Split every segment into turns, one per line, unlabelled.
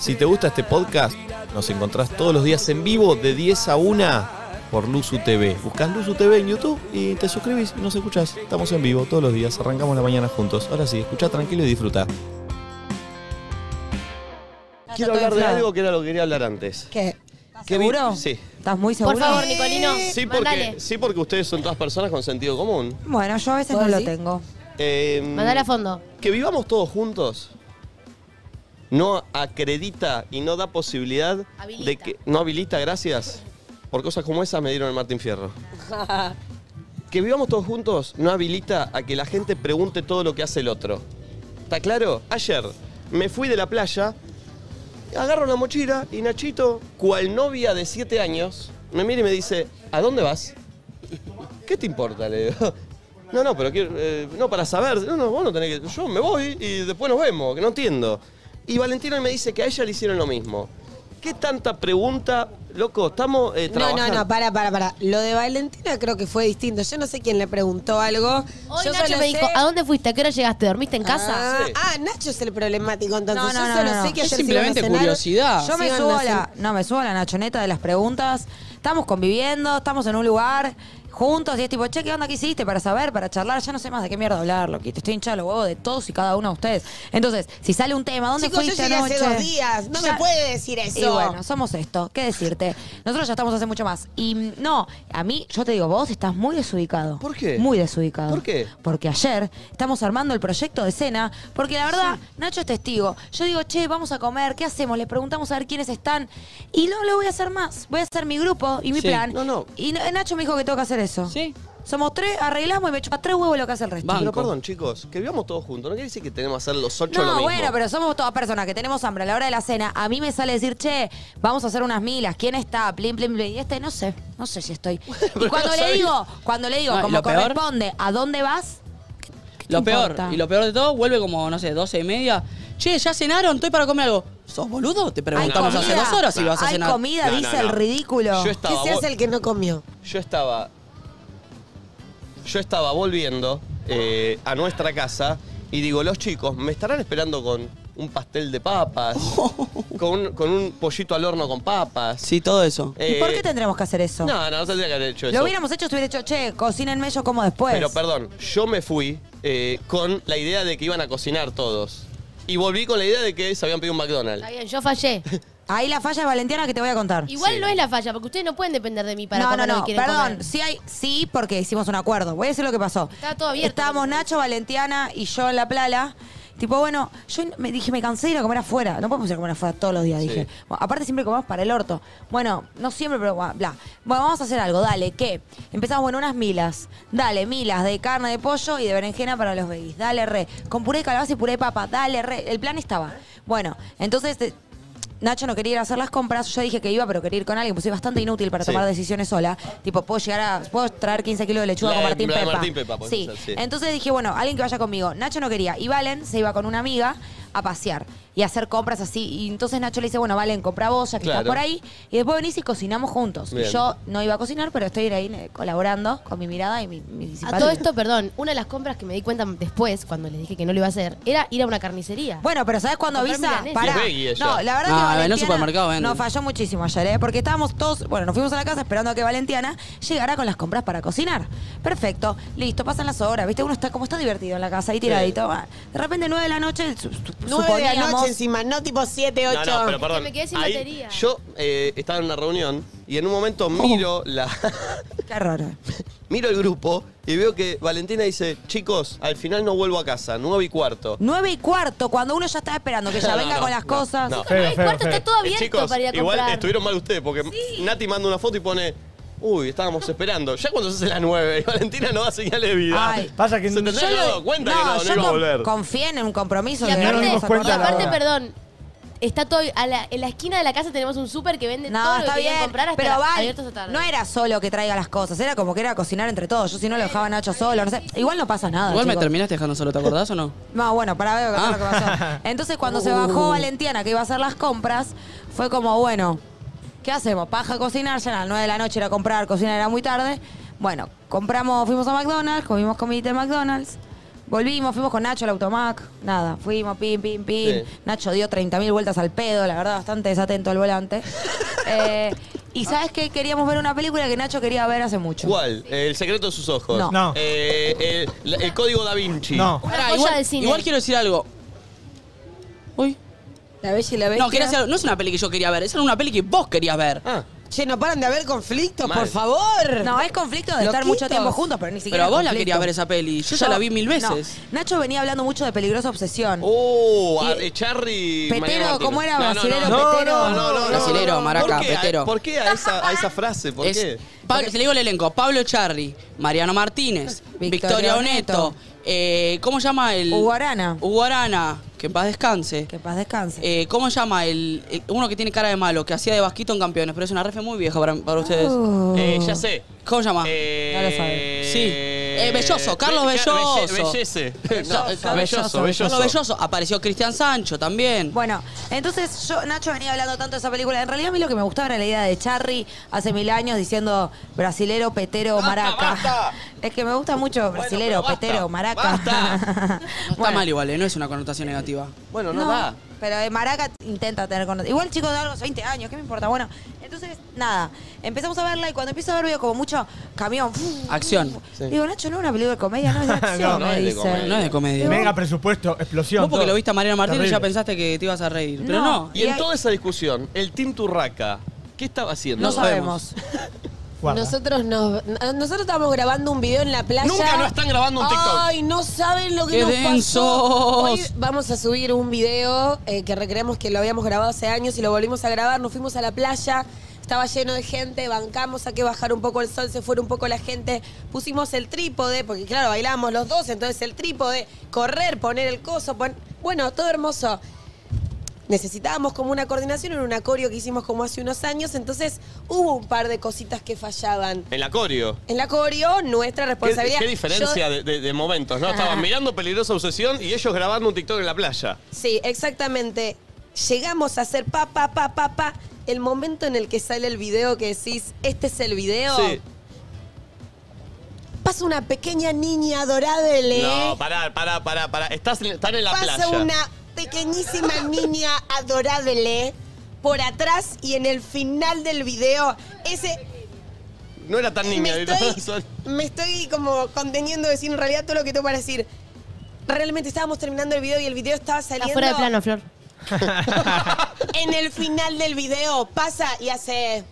Si te gusta este podcast, nos encontrás todos los días en vivo de 10 a 1 por Luzu TV. Buscás Luzu TV en YouTube y te suscribís y nos escuchás. Estamos en vivo todos los días, arrancamos la mañana juntos. Ahora sí, escuchá tranquilo y disfruta. Quiero hablar de algo que era lo que quería hablar antes.
¿Qué?
Que vi-
¿Seguro?
Sí.
¿Estás muy seguro?
Por favor, Nicolino.
Sí porque,
mandale.
sí, porque ustedes son todas personas con sentido común.
Bueno, yo a veces no
¿Vos
lo
decís?
tengo.
Eh,
Mandale a fondo.
que vivamos todos juntos no acredita y no da posibilidad
Habilita.
de que. No habilita, gracias. Por cosas como esas me dieron el Martín Fierro. que vivamos todos juntos no habilita a que la gente pregunte todo lo que hace el otro. ¿Está claro? Ayer me fui de la playa, agarro la mochila y Nachito, cual novia de 7 años, me mira y me dice: ¿A dónde vas? ¿Qué te importa? Le digo. No, no, pero quiero, eh, no, para saber. No, no, vos no tenés que. Yo me voy y después nos vemos, que no entiendo. Y Valentina me dice que a ella le hicieron lo mismo. ¿Qué tanta pregunta, loco? Estamos eh,
No, no,
trabajando.
no, para, para, para. Lo de Valentina creo que fue distinto. Yo no sé quién le preguntó algo.
Hoy
Yo
Nacho
solo
me
sé-
dijo, ¿a dónde fuiste? ¿A qué hora llegaste? ¿Dormiste en casa?
Ah,
Sí.
ah, Nacho es el problemático, entonces.
No, no,
yo
no,
solo
no, no.
sé que
Es
ayer se
simplemente
iban a cenar,
curiosidad.
Yo me
se iban
subo a
cenar.
la, no, me subo a la nachoneta de las preguntas. Estamos conviviendo, estamos en un lugar juntos y es tipo, che, ¿qué onda que hiciste para saber, para charlar? Ya no sé más de qué mierda hablar, lo que te estoy hinchado los huevos de todos y cada uno de ustedes. Entonces, si sale un tema, ¿dónde
Chicos, yo
fuiste
llegué hace
anoche?
dos días. No
Ya-
me puede decir eso.
Y bueno, somos esto, ¿qué decirte? Nosotros ya estamos hace mucho más. Y mm, no, a mí, yo te digo, vos estás muy desubicado.
¿Por qué?
Muy desubicado.
¿Por qué?
Porque ayer estamos armando el proyecto de cena, porque la verdad, Nacho es testigo. Yo digo, che, vamos a comer, ¿qué hacemos? Les preguntamos a ver quiénes están. Y no lo voy a hacer más. Voy a hacer mi grupo y mi
Sí.
plan.
No, no.
Y no- Nacho me dijo que tengo que hacer eso.
Sí.
Somos tres, arreglamos y me chupa tres huevos lo que hace el resto.
Banco.
Pero perdón, chicos, que vivamos todos juntos. No quiere decir que tenemos que hacer los ocho
No,
lo mismo.
bueno, pero somos todas personas que tenemos hambre a la hora de la cena. A mí me sale decir, che, vamos a hacer unas milas. ¿Quién está? Plin, plin, plin. Y este, no sé, no sé si estoy. Y
Pero
cuando
no
le
sabés.
digo, cuando le digo,
No, y
como
lo peor-
corresponde, ¿a dónde vas? ¿Qué te
Lo peor,
importa?
y lo peor de todo, vuelve como, no sé, 12 y media. Che, ya cenaron, estoy para comer algo. ¿Sos boludo? Te
Hay
preguntamos hace
comida.
dos horas si vas a
Hay
cenar.
comida,
No, no,
dice
no.
el ridículo.
Yo estaba,
¿Qué se
vol-
hace el que no comió?
yo estaba. Yo estaba volviendo eh, a nuestra casa y digo, los chicos, ¿me estarán esperando con un pastel de papas? con, un, con un pollito al horno con papas.
Sí, todo eso.
¿Y
Eh,
por qué tendremos que hacer eso?
No, no, no tendría que haber hecho eso.
Lo hubiéramos hecho, se hubiera dicho, che, cocínenme yo como después.
Pero perdón, yo me fui eh, con la idea de que iban a cocinar todos. Y volví con la idea de que se habían pedido un McDonald's.
Está bien, yo fallé.
Ahí la falla de Valentiana que te voy a contar.
Igual no es la falla, porque ustedes no pueden depender de mí para
no,
comer
no,
lo
no,
que quieren
perdón,
comer.
sí hay, sí, porque hicimos un acuerdo. Voy a decir lo que pasó.
Estaba todo abierto.
Estábamos Nacho, Valentiana y yo en la plala. Tipo, bueno, yo me dije, me cansé de ir a comer afuera. No podemos ir a comer afuera todos los días, dije. Bueno, aparte siempre comemos para el orto. Bueno, no siempre, pero bla. bla. Bueno, vamos a hacer algo, dale, ¿qué? Empezamos, bueno, unas milas. Dale, milas de carne de pollo y de berenjena para los babies. Dale, re. Con puré de calabaza y puré de papa. Dale, re. El plan estaba. Bueno, entonces... eh, Nacho no quería ir a hacer las compras, yo dije que iba, pero quería ir con alguien, pues soy bastante inútil para
Sí.
tomar decisiones sola. Tipo, puedo llegar a. Puedo traer 15 kilos de lechuga
La
con
de-
Martín
la de
Pepa.
Martín Pepa, podés
sí.
hacer, sí.
Entonces dije, bueno, alguien que vaya conmigo. Nacho no quería. Y Valen se iba con una amiga a pasear y a hacer compras así. Y entonces Nacho le dice, bueno, Valen, compra vos, ya que
Claro.
estás por ahí. Y después venís y cocinamos juntos. Y
Bien.
yo no iba a cocinar, pero estoy ahí eh, colaborando con mi mirada y mi, mi
A
simpatía.
todo esto, perdón, una de las compras que me di cuenta después, cuando les dije que no lo iba a hacer, era ir a una carnicería.
Bueno, pero ¿sabes cuándo
Comprar
avisa?
milanesa.
Pará.
Es veggie ella.
No, la verdad que
Ah, en los
Valentiana
supermercados venden.
nos falló muchísimo ayer, ¿eh? Porque estábamos todos, bueno, nos fuimos a la casa esperando a que Valentiana llegara con las compras para cocinar. Perfecto, listo, pasan las horas, ¿viste? Uno está como está divertido en la casa ahí tiradito. va. De repente, nueve de la noche, su- su-
Nueve de la
suponíamos...
noche encima, no tipo siete,
No,
ocho.
no, pero perdón.
que me quedé sin
ahí
batería.
Yo eh, estaba en una reunión y en un momento miro la
Qué raro.
miro el grupo y veo que Valentina dice, chicos, al final no vuelvo a casa, nueve y cuarto.
Nueve y cuarto, cuando uno ya está esperando que ya
No,
venga
no,
con las
no,
cosas.
no.
Ay, cuarto, está todo
Eh,
abierto
chicos,
para ir a comprar.
igual estuvieron mal ustedes porque Nati manda una foto y pone, uy, estábamos esperando. Ya cuando se hace las nueve y Valentina no da señales de vida.
Ay.
Pasa que
se
no-
tendrían que haber dado Ah, cuenta que no, no
yo
iba a
con-
volver.
confié en un compromiso.
Y
de-
no nos
aparte,
dimos cuenta
y
la
aparte,
hora.
perdón, está todo a la- en la esquina de la casa tenemos un súper que vende todo
No,
lo
está
que quieran
bien,
comprar hasta
pero Val,
abierto hasta tarde.
no era solo que traiga las cosas, era como que era cocinar entre todos. Yo si no lo dejaba a Nacho solo, no sé. Igual no pasa nada.
Igual me
chicos.
terminaste dejando solo, ¿te acordás o no?
No, bueno, para ver
Ah. Uh.
lo que pasó. Entonces, cuando se bajó Valentiana, que iba a hacer las compras, fue como, bueno, ¿qué hacemos? Paja a cocinar, ya a las 9 de la noche era comprar, cocinar era muy tarde. Bueno, compramos, fuimos a McDonald's, comimos comidita de McDonald's. Volvimos, fuimos con Nacho al automac, nada, fuimos, pim, pim, pim.
Sí.
Nacho dio 30.000 vueltas al pedo, la verdad, bastante desatento al volante. Eh, y sabes qué, queríamos ver una película que Nacho quería ver hace mucho.
¿Cuál? El secreto de sus ojos.
No.
No.
Eh, el, el código da Vinci.
No.
Una
Pará,
joya
igual,
del cine.
igual quiero decir algo. Uy.
La bella y la bestia.
No, quería decir algo. no es una peli que yo quería ver, esa era una peli que vos querías ver.
Ah,
Che, no paran de haber conflictos,
Mal.
por favor.
No, es conflicto de estar
Loquitos.
mucho tiempo juntos, pero ni siquiera.
Pero vos la
conflicto.
querías ver esa peli, yo ya la vi mil veces.
No. Nacho venía hablando mucho de peligrosa obsesión.
Oh, a-
Y-
eh, Charry.
Petero,
Mariano Martínez.
¿cómo era? Brasilero,
Petero.
Brasilero, maraca,
¿Por qué?
Petero.
¿Por qué a esa, a esa frase? ¿Por
Es
qué?
Pa- Le digo el elenco, Pablo Charri, Mariano Martínez, Victoria
Victoria
Oneto,
Oneto.
eh, ¿cómo llama el...?
Hugo Arana.
Hugo Arana, que en paz descanse.
Que en paz descanse.
Eh, ¿Cómo llama el, el- uno que tiene cara de malo, que hacía de vasquito en Campeones, pero es una refe muy vieja para, para ustedes?
Oh.
Eh, ya sé.
¿Cómo llama?
Eh,
No lo sabe.
Sí. Eh, Belloso, Carlos
Be- Car- Belle-
Belloso.
Bellece.
Belloso,
No, Belloso,
Belloso,
Belloso.
Carlos Belloso. Apareció Cristian Sancho también.
Bueno, entonces yo, Nacho venía hablando tanto de esa película. En realidad a mí lo que me gustaba era la idea de Charry hace mil años diciendo brasilero, petero,
Basta,
maraca.
basta.
Es que me gusta mucho brasilero,
pero basta,
petero, maraca.
basta.
no está
Bueno,
mal igual, eh, no es una connotación negativa.
Bueno, no,
No,
da.
pero eh, Maraca intenta tener con Igual chicos de algo, 20 años, ¿qué me importa? Bueno, entonces, nada, empezamos a verla y cuando empiezo a ver veo como mucho camión.
Acción.
Sí.
Digo, Nacho, no es una película de comedia, no es de acción,
No,
no
me
es de
dice.
comedia.
No es de comedia.
Mega presupuesto, explosión.
Vos porque
todo.
lo viste a Mariano Martínez
Terrible.
ya pensaste que te ibas a reír. Pero
No.
no.
Y en
hay-
toda esa discusión, el Team Turraca, ¿qué estaba haciendo?
No
No sabemos.
Guarda.
Nosotros nos, a- nosotros estábamos grabando un video en la playa.
Nunca no están grabando un TikTok.
Ay, no saben lo que
Qué
nos pasó. Hoy
densos.
vamos a subir un video eh, que recreamos que lo habíamos grabado hace años y lo volvimos a grabar. Nos fuimos a la playa. Estaba lleno de gente, bancamos a que bajar un poco el sol, se fuera un poco la gente. Pusimos el trípode, porque claro, bailamos los dos, entonces el trípode, correr, poner el coso, pon- bueno, todo hermoso necesitábamos como una coordinación en un acorio que hicimos como hace unos años, entonces hubo un par de cositas que fallaban.
En la coreo.
En la acorio, nuestra
¿Qué,
responsabilidad.
qué diferencia
Yo-
de, de- de momentos, ¿no? Estaban mirando Peligrosa Obsesión y ellos grabando un TikTok en la playa.
sí, exactamente. Llegamos a hacer pa, pa, pa, pa, pa. El momento en el que sale el video que decís, este es el video.
Sí.
Pasa una pequeña niña adorable.
No, pará, pará, pará, pará. Estás en- están en la
Pasa
playa.
una pequeñísima niña adorable por atrás y en el final del video, ese
No era tan niña.
me,
¿no?
estoy,
Son-
me estoy como conteniendo de decir en realidad todo lo que tengo para decir. Realmente estábamos terminando el video y el video estaba
Está
saliendo.
fuera de plano, Flor.
En el final del video pasa y hace.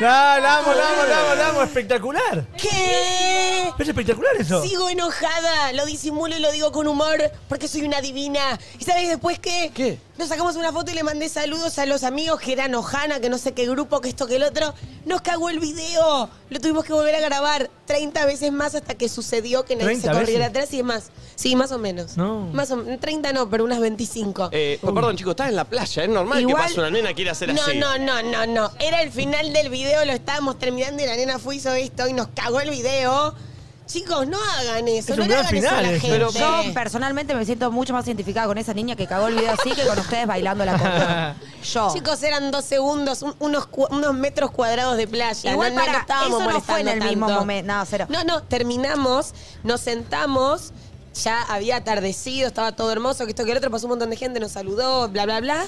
No, la amo, la amo, la amo, la amo. Espectacular.
¿Qué?
Es espectacular eso.
Sigo enojada, lo disimulo y lo digo con humor porque soy una divina. ¿Y sabes después qué?
¿Qué?
Nos sacamos una foto y le mandé saludos a los amigos que eran Ojana, que no sé qué grupo, que esto, que el otro. Nos cagó el video. Lo tuvimos que volver a grabar 30 veces más hasta que sucedió que nadie se
30
corriera
veces.
atrás y más. Sí, más o menos.
No.
Más o, 30 no, pero unas 25.
Eh, pues, perdón, chicos, estás en la playa. Es normal
Igual-
que pase una nena quiera hacer
no,
así.
no, no, no, no. Era el final del video, lo estábamos terminando y la nena fue hizo esto y nos cagó el video. Chicos, no hagan eso,
Es
no
un
le
gran
hagan eso a la
final,
gente.
pero-
Yo personalmente me siento mucho más identificada con esa niña que cagó el video así que con ustedes bailando la cosa. Yo.
Chicos, eran dos segundos, un- unos, cu- unos metros cuadrados de playa.
Igual
no, no,
pará,
no estábamos
eso no fue en el
molestando
mismo
tanto.
momento. No, cero.
No, no, terminamos, nos sentamos, ya había atardecido, estaba todo hermoso, que esto que el otro, pasó un montón de gente, nos saludó, bla, bla, bla.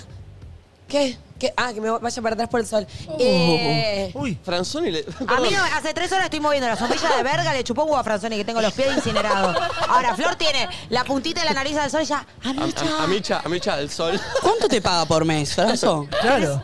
¿Qué? ¿Qué? Ah, que me vaya para atrás por el sol.
Uh.
Eh,
Uy.
Franzoni le.
A mí
Perdón.
no, hace tres horas estoy moviendo la sombrilla de verga, le chupó un huevo a Franzoni que tengo los pies incinerados. Ahora, Flor tiene la puntita de la nariz al sol y ya. "Ah, A mí,
A, a, a Micha, a Micha del Sol.
¿Cuánto te paga por mes, Franzo?
Claro.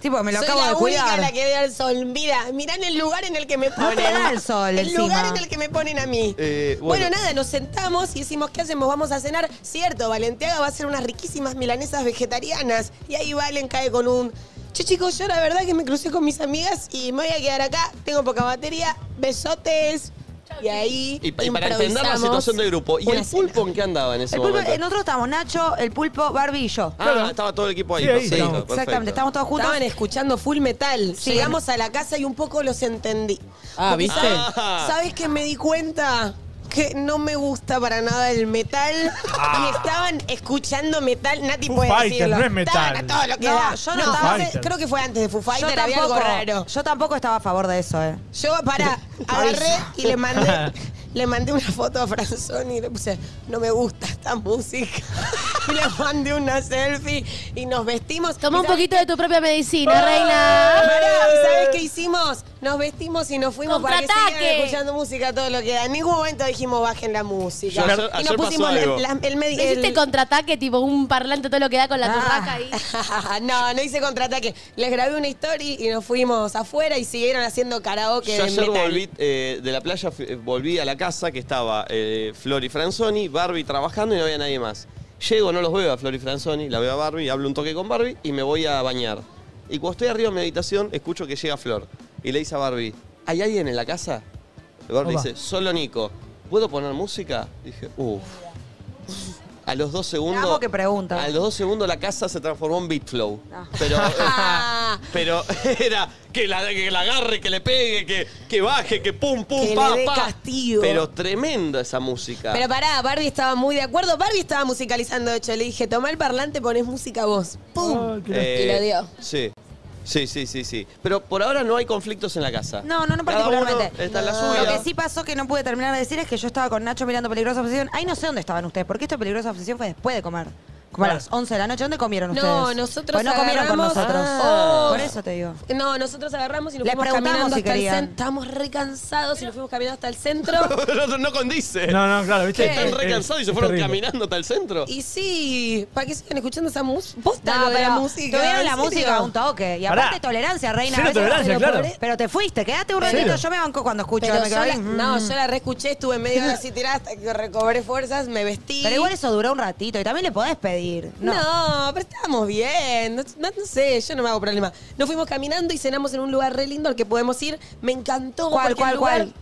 tipo, me lo
soy
acabo
la
de
única
cuidar.
a la que ve al sol. Mira, mirá en el lugar en el que me ponen.
te da el sol
El
encima.
lugar en el que me ponen a mí.
Eh, bueno.
bueno. nada, nos sentamos y decimos, ¿qué hacemos? Vamos a cenar. Cierto, Valentiaga va a hacer unas riquísimas milanesas vegetarianas. Y ahí Valen cae con un... Che, chicos, yo la verdad que me crucé con mis amigas y me voy a quedar acá. Tengo poca batería. Besotes. Y ahí
Y, pa- y para entender la
improvisamos
situación del grupo. ¿Y
una
el
cena.
pulpo en qué andaba en ese
El pulpo-
momento?
eh, nosotros estamos Nacho, el pulpo, Barbie y yo.
Ah,
Claro.
estaba todo el equipo ahí.
Sí, ahí
perfecto,
estamos.
perfecto.
Exactamente, estamos todos juntos.
Estaban escuchando full metal. Llegamos a la casa y un poco los entendí.
Ah,
Porque,
¿viste?
Ah.
¿sabes, ¿Sabes qué me di cuenta? que no me gusta para nada el metal y estaban escuchando metal. Nati
Ah. Foo
puede
Fighters,
decirlo.
no es metal.
Estaban a todo lo que
No,
da.
yo no
Foo
estaba-
Fighters.
creo que fue antes de Foo
Yo
Fighter, había algo
tampoco,
raro.
yo tampoco estaba a favor de eso, ¿eh?
Yo, para, agarré y le mandé, le mandé una foto a Franzoni y le puse, no me gusta esta música. Y le mandé una selfie y nos vestimos.
Toma
¿Y
un
sabes-
poquito de tu propia
Ah.
medicina,
Pará,
reina.
¿y ¿Sabes qué hicimos? Nos vestimos y nos fuimos para que sigan
Contraataque.
escuchando música todo lo que da. En ningún momento dijimos bajen la música.
Yo ayer-
y
ayer
nos
pasó
pusimos la-
algo.
la- el
¿Te
medio.
hiciste contraataque, tipo un parlante, todo lo que da con la
Ah.
turraca ahí?
no, no hice contraataque. Les grabé una story y nos fuimos afuera y siguieron haciendo karaoke
Yo
de
ayer
metal.
volví eh, de la playa, fui- eh, volví a la casa que estaba eh, Flor y Franzoni, Barbie trabajando y no había nadie más. Llego, no los veo a Flor y Franzoni, la veo a Barbie, hablo un toque con Barbie y me voy a bañar. Y cuando estoy arriba en mi habitación, escucho que llega Flor y le dice a Barbie, ¿hay alguien en la casa? Y Barbie
Opa.
dice, solo Nico. ¿Puedo poner música? Dije, uff. A los dos segundos.
Amo que pregunta.
A los dos segundos la casa se transformó en Beatflow.
No.
Pero. eh, Pero era que la, que la agarre, que le pegue, que, que baje, que pum, pum,
Que
pa,
le dé
pa.
castigo.
Pero tremenda esa música.
Pero pará, Barbie estaba muy de acuerdo. Barbie estaba musicalizando, de hecho. Le dije, tomá el parlante, ponés música vos. ¡Pum!
Eh,
y lo dio.
Sí. Sí, sí, sí, sí. Pero por ahora no hay conflictos en la casa.
No, no, no
Cada uno
particularmente.
está en la
Lo
suya.
que sí pasó que no pude terminar de decir es que yo estaba con Nacho mirando Peligrosa Obsesión. Ahí no sé dónde estaban ustedes, porque esto de Peligrosa Obsesión fue después de comer. Como a
Claro.
las 11 de la noche. ¿Dónde comieron ustedes?
No, nosotros
Pues no comieron con
agarramos-
nosotros.
Ah.
Por eso te digo.
No, nosotros agarramos y nos
Les
fuimos
preguntamos
caminando
si
hasta el
querían.
centro. Estábamos re cansados y nos fuimos caminando hasta el centro.
Pero no, no condice.
No, no, claro, ¿viste?
Están re cansados y se fueron
Terrible.
caminando hasta el centro.
y sí, ¿para qué siguen escuchando esa música?
No,
Posta, no,
pero
la música.
Tuvieron
¿en
la
serio?
música a un toque. Y
Pará.
aparte tolerancia, reina. A
Cero
veces-
tolerancia,
pero,
claro.
Pero te fuiste, quedate un
Cero.
ratito. Yo me banco cuando escucho.
Pero
me
yo
quedo
la,
ahí, mm.
no, yo la reescuché, estuve medio hora así tirada hasta que recobré fuerzas, me vestí.
Pero igual eso duró un ratito. Y también le podés pedir.
No. pero estábamos bien. No, no- no sé, yo no me hago problema. Nos fuimos caminando y cenamos en un lugar re lindo al que podemos ir. Me encantó.
¿Cuál,
porque
cuál,
el lugar-
cuál?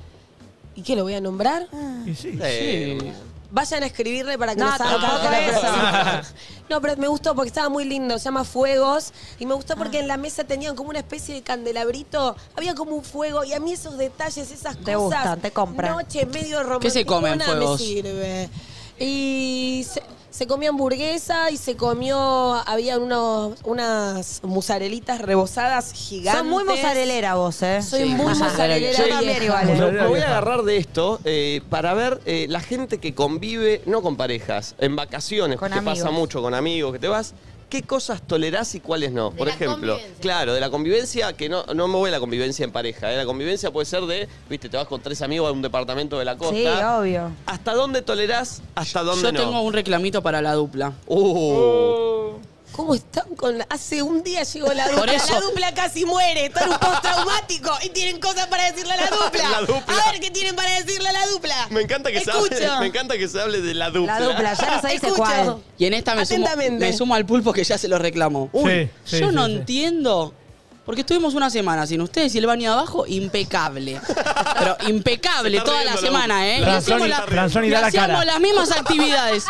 ¿Y qué lo voy a nombrar?
Y sí.
Eh,
Vayan a escribirle para que
No,
nos haga
tampoco
cagar la
eso.
próxima. No, pero me gustó porque estaba muy lindo, se llama Fuegos. Y me gustó porque en la mesa tenían como una especie de candelabrito, había como un fuego. Y a mí esos detalles, esas
Te
cosas.
gustan, te compran.
Noche medio romántica.
¿Qué se comen fuegos?
Me sirve. Y se, se comió hamburguesa y se comió. Había unos, unas musarelitas rebozadas gigantes.
Son muy mozzarellera vos, ¿eh?
Soy
Sí,
muy
mozzarella.
mozzarellera.
Yo
Che,
también
vieja.
igual.
Lo-
eh.
me voy a agarrar de esto eh, para ver eh, la gente que convive, no con parejas, en vacaciones,
Con
que pasa
amigos.
mucho con amigos, que te vas. ¿Qué cosas tolerás y cuáles no? Por
la
ejemplo,
convivencia.
claro, de la convivencia, que no, no me voy a la convivencia en pareja. eh, La convivencia puede ser de, viste, te vas con tres amigos a un departamento de la costa.
Sí, obvio.
¿Hasta dónde tolerás? ¿Hasta dónde
Yo
no?
tengo un reclamito para la dupla.
Uh,
¿Cómo están con la... Hace un día llegó la dupla.
Por eso-
La dupla casi muere. Están un postraumático y tienen cosas para decirle a la dupla.
La dupla.
A ver qué tienen para decirle a la dupla.
me, encanta que se
Escucho.
hable, me encanta que se hable de la
La
dupla.
dupla, ya no se dice
Escucho.
cuál.
Y en esta me sumo,
Atentamente.
me sumo al pulpo que ya se lo reclamo. Uy,
Sí, sí,
yo
sí,
no
sí.
entiendo. Porque estuvimos una semana sin ustedes y el baño de abajo, impecable. Pero impecable
Se está
toda la
riendo la
semana,
dupla.
¿eh?
La
Y hacíamos
Franzoni-
la-
Franzoni
y
da la
hacíamos
cara.
las mismas actividades.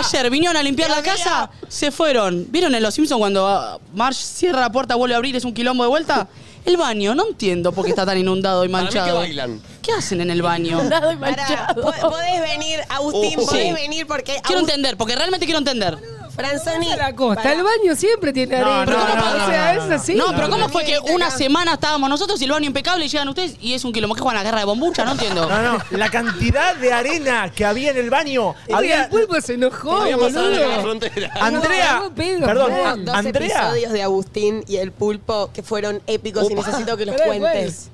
Ayer vinieron a limpiar la
Pero
casa, se fueron. ¿Vieron en Los Simpsons cuando ah, Marge cierra la puerta, vuelve a abrir, es un quilombo de vuelta? El baño, no entiendo por qué está tan inundado y
Para mí que
manchado.
bailan.
¿Qué hacen en el baño?
Dado y
Pará,
manchado.
po- podés venir, Agustín,
Oh,
podés
sí.
venir porque... Agustín-
Quiero entender, porque realmente quiero entender.
Franzoni...
La costa,
pará.
el baño siempre tiene
No,
arena.
no, no, no,
o sea,
no,
es
no.
así.
No, pero ¿cómo fue que
Acá.
una semana estábamos nosotros y el baño impecable y llegan ustedes y es un quilombo que juegan a la guerra de bombucha? No entiendo.
No, no, la cantidad de arena que había en el baño.
Y
Había.
El pulpo se enojó,
Había pasado acá en la
boludo.
frontera.
Andrea.
No, no, pedo,
perdón,
Ah,
mal.
An-
Dos
Andrea.
episodios de Agustín y el pulpo que fueron épicos y
Opa.
necesito que los
Pará,
cuentes.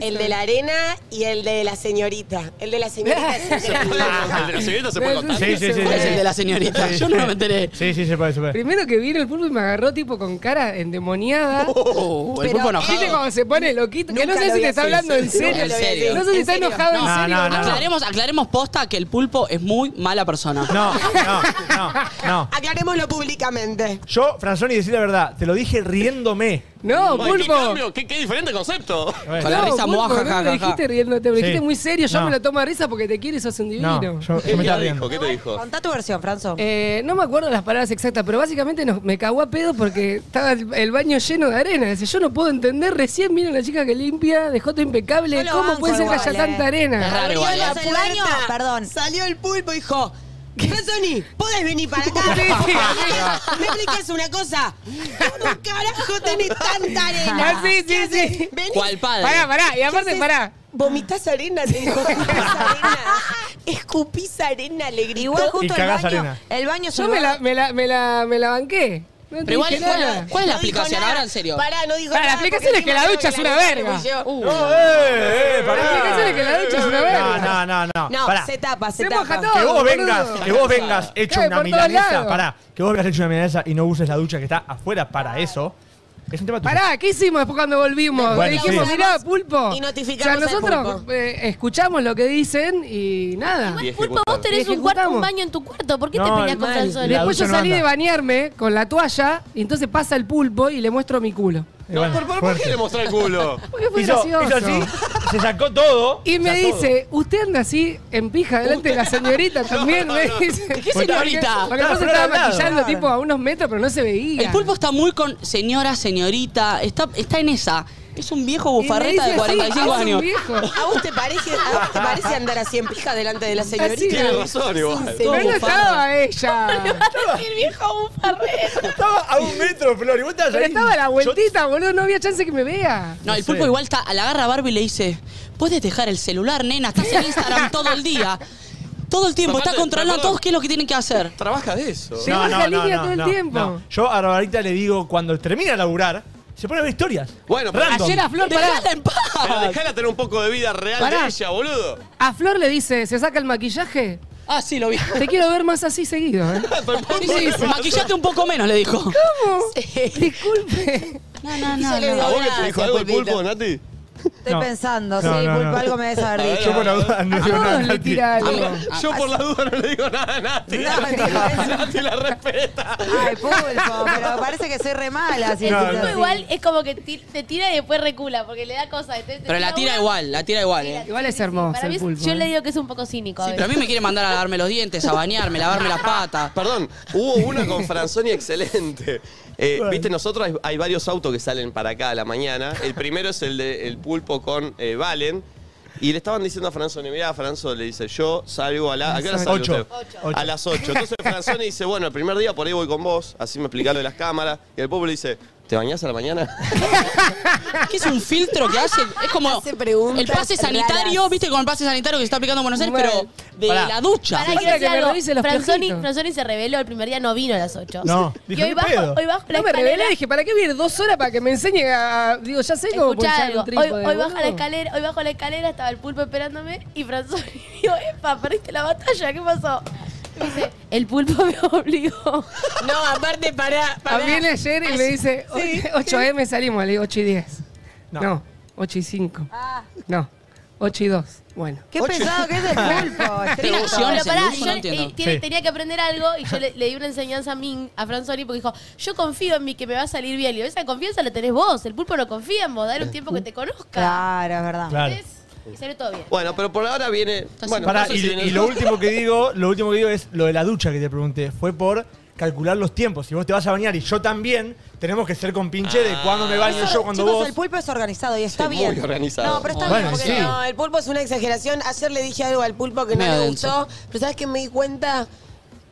El de la arena y el de la señorita. El de la señorita es increíble.
El de la señorita se puede contar.
Sí, sí, sí.
¿Cuál es el de la señorita? Yo no me enteré.
Sí, sí, se puede, se puede.
Primero que vino el pulpo y me agarró tipo con cara endemoniada.
Oh, el pulpo enojado.
¿Viste cómo se pone loquito? Que
Nunca
no sé
lo
si
vi
te está
así,
hablando en
sí,
serio.
nunca lo vi así.
No sé si
¿En
está
serio?
enojado en
No,
serio.
no,
o
no.
Aclaremos, aclaremos posta que el pulpo es muy mala persona.
No, no, no, no.
Aclarémoslo públicamente.
Yo, Franzoni, decir la verdad, te lo dije riéndome.
No,
Ay, ¿Qué
pulpo.
cambio? ¿Qué, qué diferente concepto?
A ver.
Con la
eh. No,
risa
Pulpo,
moja,
no
ja,
te
ja,
dijiste
ja.
riéndote, me lo
Sí.
dijiste muy serio. Yo
No.
me lo tomo a risa porque te quiero y sos un divino.
No, yo, yo
¿Qué
me
te dijo?
estaba riendo.
¿Qué te dijo?
Contá tu versión, Franzo.
Eh, no me acuerdo las palabras exactas, pero básicamente nos- me cagó a pedo porque estaba el, el baño lleno de arena. Dice, yo no puedo entender, recién vino una chica que limpia, dejó todo impecable.
Yo lo
¿Cómo
banco
puede ser que haya
igual, eh.
tanta arena?
raro
Abrió
igual,
la
¿eh? ¿El baño?
puerta,
Perdón.
Salió el pulpo y dijo, Anthony, ¿podés venir para acá?
Sí, sí.
¿Me explicas una cosa? ¿Cómo carajo tenés tanta arena?
Ah, sí, sí, sí.
Vení.
¿Cuál padre?
Pará, pará, y aparte,
haces?
pará.
Vomitas arena, te dijo. Vomitás arena. Escupís arena, le gritó.
Igual justo el
cagás
baño.
arena.
El baño es
Yo
un
me la,
lugar-
me la, me la, me la banqué. No te
Pero igual,
dije nada.
¿cuál, cuál es la
No dijo
explicación?
nada.
Ahora, en serio.
Pará, no dijo
Pará, la
nada.
explicación
porque
es que la
encima
ducha es
creo que
una
la
verga. Uh.
ducha fui yo.
No, eh, eh, pará.
La explicación es que la ducha es una verga.
No, no, no, no.
No,
pará.
se tapa, se,
Se
tapa.
moja todo.
Que vos
boludo.
vengas, que vos vengas hecho
Cae
una
por todos
milanesa,
lados.
pará, que vos vengas hecho una milanesa y no uses la ducha que está afuera para eso, es un tema tuyo.
Ah. Pará, ¿qué hicimos después cuando volvimos?
Bueno,
Le dijimos,
sí.
mirá, pulpo.
Y notificamos
O sea,
al
nosotros
pulpo.
eh, escuchamos lo que dicen y nada.
Y
Igual, Pulpo,
ejecutar.
vos tenés
Y
un, cuarto, un
ejecutamos.
baño en tu cuarto. ¿Por qué te
No,
peleas con
mal.
Franzoni?
La
Después yo
ducha no
salí
anda.
de bañarme con la toalla y entonces pasa el pulpo y le muestro mi culo.
Y
No,
bueno,
¿por, por, ¿por
fuerte.
qué le mostré el culo?
Porque fue
Hizo,
gracioso.
hizo así, se sacó todo.
Y me
o sea, todo.
dice, ¿usted anda así en pija delante de la señorita también?
No,
me
no.
dice.
¿Qué señorita?
Porque
Claro,
después
pero
estaba
al lado.
maquillando tipo a unos metros, pero no se veía.
El pulpo está muy con señora, señorita, está, está en esa. Es un viejo
Y me
bufarreta
dice
de
así,
45
"Ah, es un
años.
viejo".
¿A vos te parece, a vos te parece andar así en pija delante de la
Así.
señorita?
Tiene razón igual.
Todo
Pero no
bufarra.
estaba ella.
El viejo bufarrero.
Estaba a un metro, Flor, y vos te vas
Pero
ahí.
estaba a la
Yo-
vueltita, boludo, no había chance que me vea.
No, el
No
pulpo
sé.
igual está, la agarra a Barbie y le dice, puedes dejar el celular, nena, estás en Instagram todo el día. Todo el tiempo, está
Aparte,
controlando a
perdón.
todos qué es lo que tienen que hacer.
Trabaja de eso.
Sí. Te baja línea todo el tiempo.
Yo a Barbarita le digo, cuando termina de laburar, se pone a ver historias.
Bueno, pero-
random.
Ayer a Flor, pará.
Dejala en
Pero
paz.
dejala tener un poco de vida real
Pará. Ah,
de ella, boludo.
A Flor le dice, ¿se saca el maquillaje?
Ah, sí, lo vi.
Te quiero ver más así seguido, ¿eh?
Sí, sí, sí. maquillate un poco menos, le dijo.
Disculpe.
No, no,
Y yo
no.
le digo,
¿A vos que te
"Gracias,
dijo algo el
pulpito".
pulpo, Nati?
Estoy
No.
pensando,
No,
sí,
no,
pulpo,
no.
algo me debes haber dicho.
Yo por la duda no
A
digo nada.
todos le
Nati.
tira algo.
Yo por la duda no le digo nada a Nati.
No, mentira.
Nati la respeta.
Ay, pulpo, pero parece que soy re mala. Si
No,
decís
no.
así.
Igual es como que ti- te tira y después recula porque le da cosas. entonces te
Pero la tira
una-
igual, la tira igual, eh.
Igual es hermoso
Para mí,
el
es-
pulpo.
yo
¿eh?
le digo que es un poco cínico. eh. a
Pero a
veces.
mí me quiere mandar a lavarme los dientes, a bañarme, lavarme las patas.
Perdón, hubo una con Franzoni excelente. Eh, Viste, nosotros hay, hay varios autos que salen para acá a la mañana. El primero es el de El Pulpo con eh, Valen. Y le estaban diciendo a Franzoni, mirá, Franzo le dice, yo salgo a la... ¿A qué hora sale
Ocho.
usted?
Ocho.
A las 8. Entonces Franzoni dice, bueno, el primer día por ahí voy con vos, así me explicás lo de las cámaras. Y el Pulpo le dice, ¿te bañás a la mañana?
¿Qué es un filtro que hace? Es como
Hace preguntas
el pase sanitario,
raras.
viste, con el pase sanitario que se está aplicando en Buenos Aires,
Bueno.
pero de
Pará.
la ducha.
Pará,
Para
quiero
que
decir
me
algo.
revise los
Franzoni,
flojitos.
Franzoni se reveló, el primer día no vino a las 8.
No,
y
dijo,
hoy
"¿Qué
bajo,
pedo?".
hoy bajo la
No me
escalera.
revelé, dije, ¿para qué vivir dos horas para que me enseñe a. a- Digo, ya sé cómo
Escuchá
pulsar
algo.
un
Hoy,
trípode.
hoy bajo
boludo.
la escalera, hoy bajo la escalera estaba el pulpo esperándome y Franzoni dijo, epa, perdiste la batalla, ¿qué pasó? Me dice, el pulpo me obligó.
No, aparte, pará,
A
pará.
mí Ah, viene ayer y me dice,
Sí.
8M salimos, le digo 8 y 10. No,
No.
8 y 5.
Ah.
No, 8 y 2. Bueno.
Qué pesado que es el pulpo.
Pero
estricto.
si opciones
Pero pará,
en uso,
yo
no
le-
entiendo.
eh, tiene-
Sí.
tenía que aprender algo y yo le, le di una enseñanza a Ming, a Franzoni, porque dijo, yo confío en mí que me va a salir bien. Y esa confianza la tenés vos, el pulpo no confía en vos, dale un tiempo que te conozca.
Claro, es verdad.
Claro.
¿Entendés? Y salió todo bien.
Bueno, pero por ahora viene... Bueno,
Pará,
no sé
y,
si viene-
y lo último que digo, lo último que digo es lo de la ducha que te pregunté. Fue por calcular los tiempos. Si vos te vas a bañar y yo también, tenemos que ser con pinche de cuándo me baño
Eso,
yo, cuando
chicos,
vos.
el pulpo es organizado y está
muy
bien.
organizado.
No, pero está
Bueno,
bien. Porque
sí.
No, el pulpo es una exageración. Ayer le dije algo al pulpo que no
Medio
le
denso.
gustó, pero sabes que me di cuenta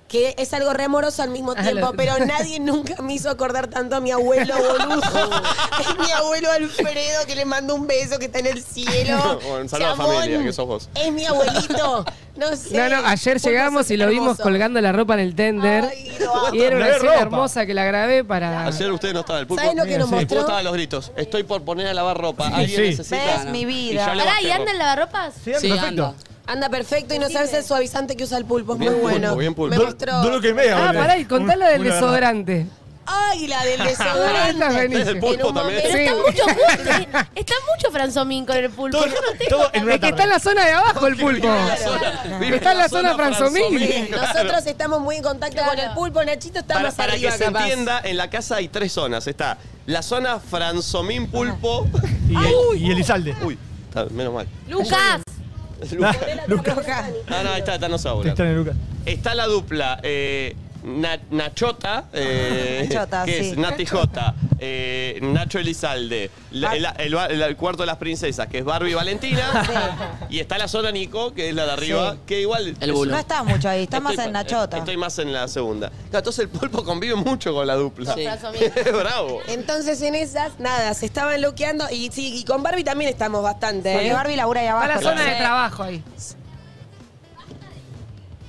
que es algo re amoroso al mismo
Ah,
tiempo,
lo-
pero nadie nunca me hizo acordar tanto a mi abuelo boludo.
Oh.
Es mi abuelo Alfredo que le mando un beso que está en el cielo.
Bueno, un saludo a la
Chabón,
familia, que sos vos.
Es mi abuelito. No sé.
No, no, ayer
Pulpo,
llegamos
sos
y lo vimos
hermoso.
colgando la ropa en el tender.
Ay, lo amo.
y era una
Tener
escena
ropa.
hermosa que la grabé para. Ah,
Ayer usted no estaba el pulpo.
¿Sabes lo que nos
El pulpo
mostró?
estaba a los gritos. Estoy por poner a lavar ropa. Alguien
sí.
necesita...
Ves
¿no?
mi
Y ya
vida.
le
Pará,
bajé
¿y anda
ropa.
en lavarropas?
Sí, anda,
Sí,
perfecto.
anda.
Anda perfecto y no sabes el suavizante que usa el pulpo. Es
Bien
muy
pulpo,
bueno.
bien pulpo.
Me
Duro-
Dos
mostró.
lo que y media,
Ah,
boludo.
pará, y contá
Un-
la del
una verdad.
desodorante.
águila
Ah,
del
Esta es
desodorante.
buenísima.
El pulpo
En un
también.
Pero
Sí.
está mucho junto, ¿eh? Está mucho Franzomín con el pulpo.
Todo-
Yo no tengo
todo en una
Es que está en la zona de abajo el pulpo. Está en la zona Franzomil.
Nosotros estamos muy en contacto
Claro.
con el pulpo, Nachito está
Para,
más
para que
arriba
se
capaz.
entienda, en la casa hay tres zonas. Está la zona Franzomín Pulpo.
Y, y Elizalde.
Uy, está- menos mal.
Lucas.
Lucas.
Ah, no, ahí está, está, no se va a
Te
volar.
extraño, Lucas.
Está la dupla eh, Na- Nachota, eh,
Nachota,
que
sí.
es Nati Jota, eh, Nacho Elizalde, la-
Bar-
el, el ba- el cuarto de las princesas, que es Barbie y Valentina, y está la zona Nico, que es la de arriba,
Sí.
que igual...
El bulo.
No está mucho ahí, está
Estoy
más
pa-
en Nachota.
eh, Estoy más en la segunda. Claro, Entonces el pulpo convive mucho con la dupla.
Sí.
Bravo.
Entonces en esas, nada, se estaban loqueando y sí, y con Barbie también estamos bastante.
Porque
¿eh?
Barbie labura ahí
Va a
abajo.
la zona de
entonces-
trabajo ahí.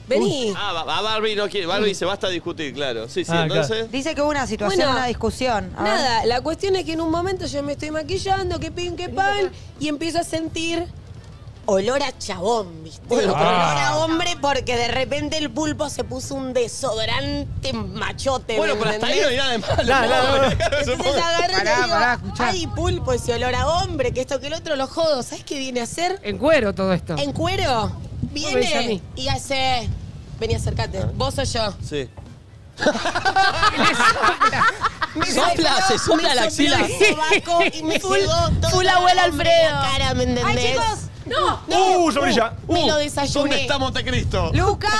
Vení.
Ah, va- va Barbie no quiere. Barbie dice basta discutir, claro. Sí, sí,
Ah,
entonces.
Dice que hubo una situación,
Bueno,
una discusión. A ver.
Nada, la cuestión es que en un momento yo me estoy maquillando, que pin, que pan, y empiezo a sentir olor a chabón, ¿viste?
Bueno,
olor
pero-
a hombre porque de repente el pulpo se puso un desodorante machote, ¿me
Bueno, pero hasta ahí no hay
entendés?
nada de malo.
No, no, no.
Entonces agarré y le
Pará,
digo,
pará, escuchá.
ay, pulpo, ese olor a hombre, que esto que el otro lo jodo, ¿sabes qué viene a hacer?
En cuero todo esto.
En cuero,
me dice a mí.
viene y hace, vení, acércate,
Ah.
vos o yo.
Sí.
Sopla, se sopla la axila.
el sobaco y me
Full-
llegó todo
full abuela
en la
Alfredo.
cara, ¿me entendés?
¡Ay, chicos!
¡No!
¡Uh, sombrilla!
Me
Uh,
lo desayuné.
¿Dónde está Montecristo?
¡Lucas!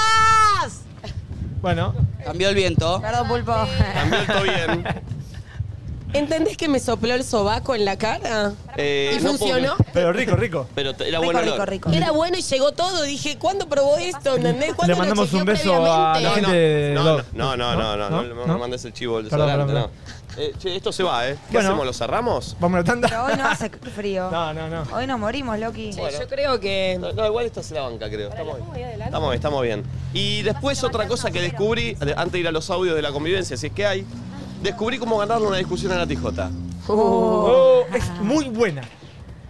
Bueno,
Cambió el viento.
Perdón, Pulpo.
También todo bien.
¿Entendés que me sopló el sobaco en la cara?
Ah.
Eh,
¿Y
no puedo-
funcionó?
pero rico, rico.
Pero te- era
Rico,
bueno.
rico, rico.
Era bueno y llegó todo. Dije, ¿cuándo probó esto? ¿Entendés? ¿Cuándo
Le
lo
mandamos
chequeó
un beso a la
previamente?
gente de
No,
Dog.
no, no, no, no, no, no, no,
¿No?
mandes el chivo, el
Perdón,
desodorante,
perdón,
no. Eh, che, esto se va, ¿eh? ¿Qué
Bueno.
hacemos? ¿Lo cerramos?
Vamos a la
Pero
tanda.
hoy no hace frío.
No, no, no.
Hoy nos morimos, Loki.
Yo creo que...
No, no, igual esta es la banca, creo. Estamos bien. Estamos bien, estamos bien. Y después otra cosa que descubrí, de- antes de ir a los audios de la convivencia, si es que hay, descubrí cómo ganarle una discusión a la tijota.
Oh, es muy buena.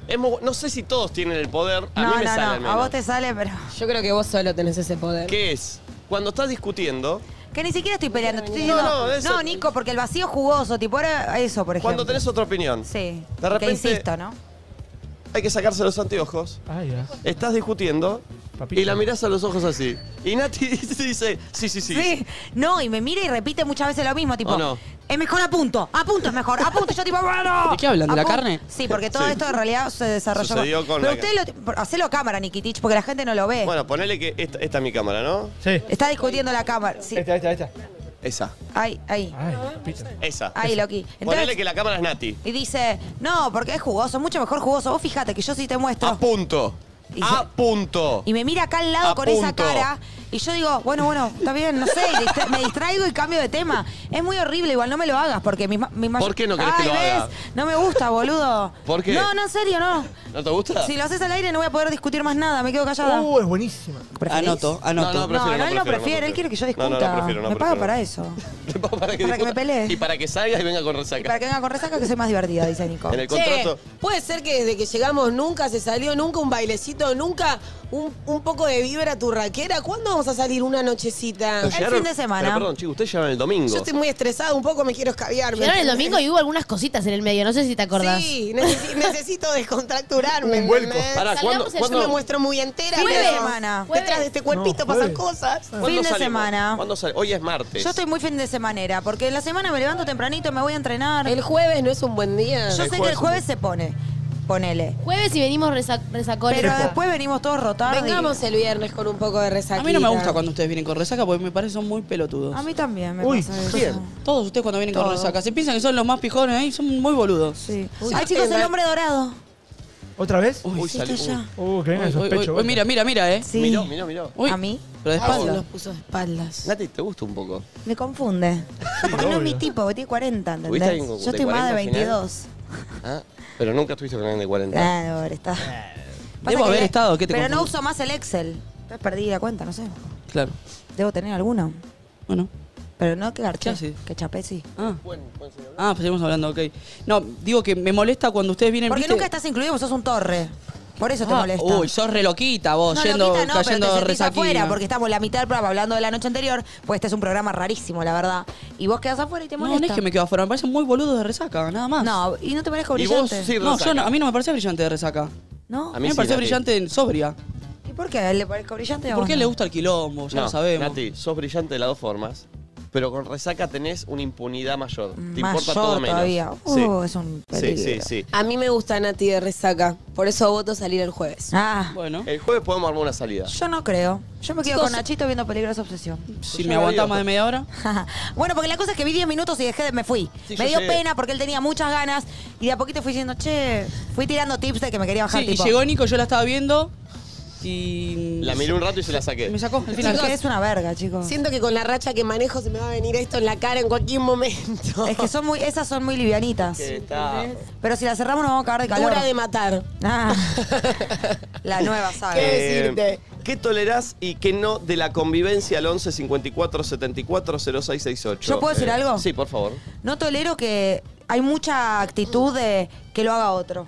Es muy bu- no sé si todos tienen el poder, a mí
No,
me
no,
sale al
no.
menos.
A vos te sale, pero.
Yo creo que vos solo tenés ese poder.
¿Qué es? Cuando estás discutiendo,
Que ni siquiera estoy peleando. te estoy
No,
diciendo,
no, eso-
no, Nico, porque el vacío jugoso, tipo, era eso, por ejemplo.
cuando tenés otra opinión,
Sí.
de repente
Que insisto, ¿no?
hay que sacarse los anteojos,
Ah, ya.
estás discutiendo
Papito.
y la mirás a los ojos así. Y Nati dice, sí, sí, sí.
Sí. No, y me mira y repite muchas veces lo mismo, tipo,
¿O no?
es mejor a punto, a punto es mejor, a punto. Yo tipo, bueno.
¿De qué hablan? ¿De la
A pu-
carne?
Sí, porque todo
Sí.
esto en realidad se desarrolló.
Sucedió con
Pero
la-
usted lo... por- Hacelo cámara, Nikitich, porque la gente no lo ve.
Bueno, ponele que esta, esta es mi cámara, ¿no?
Sí.
Está discutiendo la cámara. Sí.
Esta, esta, esta.
Esa,
Ahí, ahí.
Ay, papito.
esa.
Ahí, Loki.
ponele
Entonces,
que la cámara es Nati.
y dice, no, porque es jugoso, mucho mejor jugoso. Vos fijate que yo sí te muestro.
A punto.
Y
A
se-
punto.
Y me mira acá al lado
A
con esa
punto.
cara. Y yo digo, bueno, bueno, está bien, no sé, y distra- me distraigo y cambio de tema. Es muy horrible, igual no me lo hagas, porque mi, ma- mi mayor-
¿Por qué no querés que
Ay,
lo haga?
¿ves? No me gusta, boludo.
¿Por qué? Ah.
No, no, en serio, no.
¿No te gusta?
Si lo haces al aire no voy a poder discutir más nada, me quedo callada.
Uh, es buenísima.
¿Preferís?
Anoto,
ah, no,
anoto.
no,
no,
prefiero,
no, él
prefiero,
lo
prefiero.
prefiere, él quiere que yo discuta.
No, no, no prefiero, no
me paga
prefiero.
para eso.
Te pago para que,
Para que
discuta-
me pelees.
Y para que salga y venga
Y
con
para
resaca.
que venga con resaca que soy más divertida, dice Nico.
En el
Che,
contrato.
puede ser que desde que llegamos nunca se salió nunca un bailecito, nunca un, un poco de vibra turraquera. ¿Cuándo vamos a salir una nochecita?
¿Pero
fin de semana.
Pero perdón, chicos, ustedes llegaron el domingo.
Yo estoy muy estresada, un poco me quiero escabiar. ¿me
Llegaron el
entendés?
domingo y hubo algunas cositas en el medio, no sé si te acordás.
Sí, necesi- necesito descontracturarme.
Un vuelco.
¿entendés?
Pará, ¿cuándo-
Salgamos el
Yo me
cuándo,
muestro muy entera.
Fin de
pero
semana.
Detrás de este cuerpito
No,
pasan
jueves.
cosas.
¿cuándo
Fin de
salimos?
semana.
¿Cuándo sale? Hoy es martes.
Yo estoy muy fin de semanera, porque la semana me levanto tempranito, me voy a entrenar.
El jueves no es un buen día.
Yo sé
el
que el
jueves-
jueves se pone, ponele.
Jueves y venimos resa- resacones.
Pero después venimos todos rotados. y-
Vengamos el viernes con un poco de resaca.
A mí no me gusta cuando ustedes vienen con resaca porque me parecen muy pelotudos.
A mí también me
Uy,
pasa eso.
¿quién?
Todos ustedes cuando vienen con
Todos.
resaca se piensan que son los más pijones ahí, son muy boludos.
Sí.
Uy,
Ay, chicos, el
tenga-
hombre dorado.
¿Otra vez?
Uy,
Uy,
sí.
salí-
Esto ya.
uy.
Uh, que venga el
Uy, uy,
sospecho.
uy, mira, mira, mira, eh.
Sí.
Miró, miró, miró.
Uy,
¿A mí?
Pero de
Ah,
espalda.
se los puso de espaldas.
Nati, te gusta un poco.
Me confunde. Porque no es mi
obvio.
tipo, porque tiene 40,
¿Tuviste alguien
¿entendés?
con-
Yo
de
estoy más de
40 al final?
22.
Ah, Pero nunca estuviste con alguien de 40.
Claro, ahora está. Pasa
Debo
que
haber
le-
estado, ¿qué te
Pero no
confundí?
uso más el Excel. Entonces perdí la cuenta, no sé.
Claro.
Debo tener alguno.
Bueno.
Pero no que garché.
¿Qué haces?
Que chapé, sí.
Ah. Ah, pues seguimos hablando, ok. No, digo que me molesta cuando ustedes vienen.
Porque
¿viste?
nunca estás incluido, vos sos un torre. Por eso te
Ah,
molesta.
Uy, sos reloquita vos,
No,
yendo,
loquita, no,
cayendo
pero te sentís
resaquina.
afuera porque estamos la mitad del programa hablando de la noche anterior, pues este es un programa rarísimo, la verdad. Y vos quedás afuera y te
No, no
molesta.
es que me quedo afuera, me parecen muy boludos de resaca, nada más.
No, y no te parezco
Y vos
brillante.
sí
No,
resaca.
yo no- a mí no me parecía brillante de resaca. A
¿No?
A
mí me
sí,
parecía
Nati.
brillante en sobria.
¿Y por qué? ¿Le parezco brillante? a
¿Por
vos
qué
no?
le gusta el quilombo? Ya
No,
lo sabemos.
Nati, sos brillante de las dos formas, pero con resaca tenés una impunidad mayor. Te
Mm, Más yo
importa todo menos.
todavía. Uh, es un
Sí, sí,
peligro.
sí.
A mí me gusta Nati de resaca. Por eso voto salir el jueves.
Ah,
Bueno,
El jueves podemos armar una salida.
yo no creo. Yo me quedo
Chicos,
con Nachito viendo Peligrosa Obsesión.
si
yo
me
lo
aguantás
digo,
más de
pues.
media hora.
bueno, porque la cosa es que vi 10 minutos y dejé de, me fui.
Sí,
me dio
yo sé.
pena porque él tenía muchas ganas y de a poquito fui diciendo, che, fui tirando tips de que me quería
Sí,
bajar
y
tipo.
llegó Nico, yo la estaba viendo y.
La miré un rato y se la saqué.
Me sacó al
Chicos,
final.
es una verga, chicos.
Siento que con la racha que manejo se me va a venir esto en la cara en cualquier momento.
Es que son muy, esas son muy livianitas.
Que está-
Pero si la cerramos nos vamos a cagar de calor.
Dura de matar.
Ah. la nueva saga.
¿Qué? decirte.
eh, ¿Qué tolerás y qué no de la convivencia al 11 54 74 0668?
¿Yo puedo decir algo?
Eh, Sí, por favor.
No tolero que hay mucha actitud de que lo haga otro.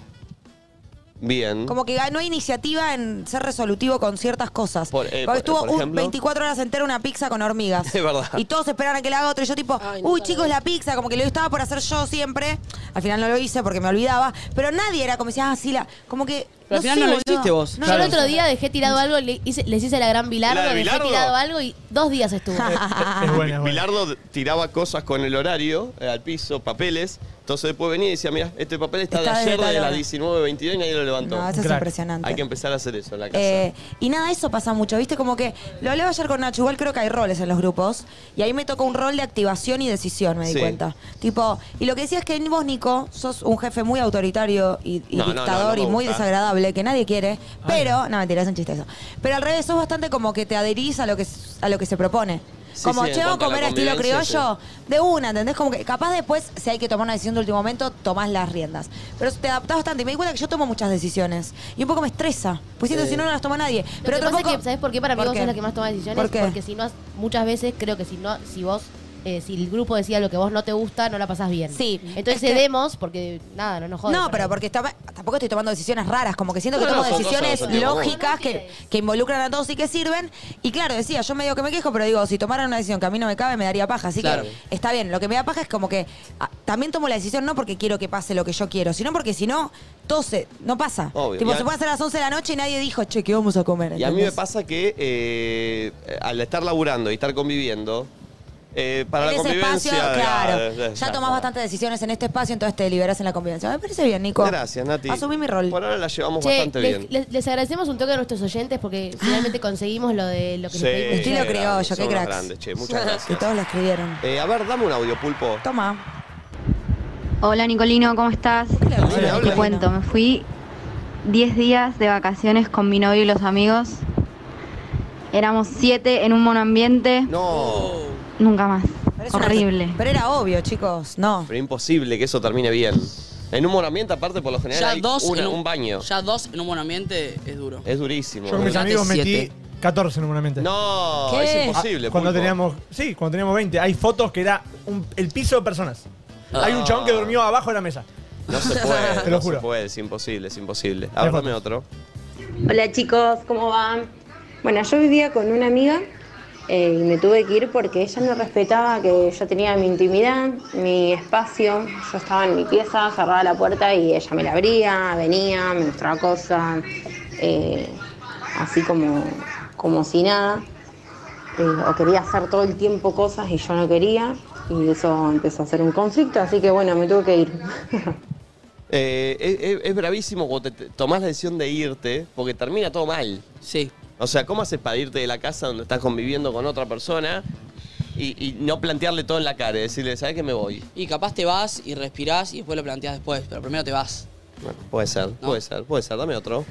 Bien.
Como que no hay iniciativa en ser resolutivo con ciertas cosas.
Por, eh,
Porque
por-
estuvo
por
un-
ejemplo.
24 horas entera una pizza con hormigas.
Es verdad.
Y todos esperan a que la haga otro. Y yo tipo,
Ay, no
uy
sabés".
chicos, la pizza, como que lo estaba por hacer yo siempre. Al final no lo hice porque me olvidaba. Pero nadie era como decía, ah, sí, la... Como que...
Pero al final no lo
boludo.
hiciste vos.
No,
Yo
no
el
lo
otro
hice.
día dejé tirado algo, le hice- les hice la gran Bilardo,
¿La de
dejé
Bilardo?
tirado algo y dos días estuvo.
Es bueno, es bueno.
Bilardo tiraba cosas con el horario eh, al piso, papeles. Entonces después venía y decía, mira, este papel está,
Está
de
de
ayer
tal
de las
hora".
19.22 y nadie lo levantó.
No, eso es
Crack.
impresionante.
Hay que empezar a hacer eso en la casa.
Eh, y nada, eso pasa mucho, ¿viste? Como que lo hablaba ayer con Nacho, igual creo que hay roles en los grupos. Y ahí me tocó un rol de activación y decisión, me di
Sí.
cuenta. Tipo, y lo que decías es que vos, Nico, sos un jefe muy autoritario y, y
No, no, no,
dictador
no me
y muy
gusta.
desagradable, que nadie quiere. Pero, no, mentira, es un chiste eso. Pero al revés, sos bastante como que te adherís a lo que, s- a lo que se propone.
Sí,
Como,
sí, en
che, vamos a
cuanto a la
comer estilo criollo,
convivencia,
de una, ¿entendés? Como que capaz después, si hay que tomar una decisión de último momento, tomás las riendas. Pero te adaptás bastante. Y me di cuenta que yo tomo muchas decisiones. Y un poco me estresa. Pues siento que si no, no las toma nadie. Pero
Pero
otro poco...
que, ¿sabes por qué para mí
¿Por
vos
qué?
sos la que más toma decisiones?
¿Por qué?
Porque si no, muchas veces creo que si no, si vos, eh, si el grupo decía lo que vos no te gusta, no la pasás bien.
Sí.
Entonces
Es que-
cedemos porque nada, no nos jodas.
No, pero porque está- tampoco estoy tomando decisiones raras, como que siento que
No, no,
tomo
son
decisiones
cosas, son cosas.
lógicas que, que involucran a todos y que sirven. Y claro, decía, yo medio que me quejo, pero digo, si tomaran una decisión que a mí no me cabe, me daría paja. Así
Claro.
que está bien, lo que me da paja es como que ah, también tomo la decisión no porque quiero que pase lo que yo quiero, sino porque si no, todo se, no pasa.
Obvio.
Tipo,
Y a-
se puede hacer a las 11 de la noche y nadie dijo, che, ¿qué vamos a comer?
Y a mí me
¿entendés?
pasa que eh, al estar laburando y estar conviviendo, eh, para
En
la
ese
convivencia.
espacio, claro.
eh, eh,
Ya tomás
está.
bastantes decisiones en este espacio, entonces te liberás en la convivencia. Me parece bien, Nico.
Gracias, Nati.
Asumí mi rol.
Por ahora la llevamos
Che,
bastante
les,
bien.
les- les agradecemos un toque a nuestros oyentes
Ah.
porque finalmente conseguimos lo de lo que
Sí,
les pedimos.
Estilo
qué
criollo,
grandes,
qué
son unos
cracks.
grandes, che, muchas
Que
gracias.
todos la escribieron.
Eh, a ver, dame un audio, Pulpo.
Toma.
Hola Nicolino, ¿cómo estás?
¿Por qué le
Ah,
hablas?
le
Te
habla.
cuento, me fui 10 días de vacaciones con mi novio y los amigos. Éramos 7 en un monoambiente,
No,
nunca más.
Pero es una-
Horrible.
pero era obvio, chicos. No.
pero imposible que eso termine bien. En un ambiente aparte, por lo general,
Ya
hay
dos
una-
en
un baño.
Ya dos en un buen ambiente es duro.
Es durísimo.
Yo con mis
Yo
amigos
metí
metí
siete.
14 normalmente.
No,
¿Qué?
es imposible.
Ah, Cuando
Pulpo.
teníamos, sí, cuando teníamos 20. Hay fotos que era un- el piso de personas. Hay un chabón que durmió abajo de la mesa.
No se puede,
Te lo
no
juro.
se puede, es imposible, es imposible. A
Hay
ver,
fotos.
dame otro.
Hola chicos, ¿cómo van? Bueno, yo vivía con una amiga eh, y me tuve que ir porque ella no respetaba que yo tenía mi intimidad, mi espacio. Yo estaba en mi pieza, cerraba la puerta y ella me la abría, venía, me mostraba cosas, eh, así como, como si nada. Eh, o quería hacer todo el tiempo cosas y yo no quería. Y eso empezó a ser un conflicto, así que bueno, me tuve que ir.
Eh, es, es- es bravísimo cuando te, te tomás la decisión de irte porque termina todo mal.
Sí.
O sea, ¿cómo haces para irte de la casa donde estás conviviendo con otra persona y, y no plantearle todo en la cara y decirle, ¿sabes que me voy?
Y capaz te vas y respirás y después lo planteás después, pero primero te vas.
Bueno, puede ser, puede ser, puede ser. Dame otro.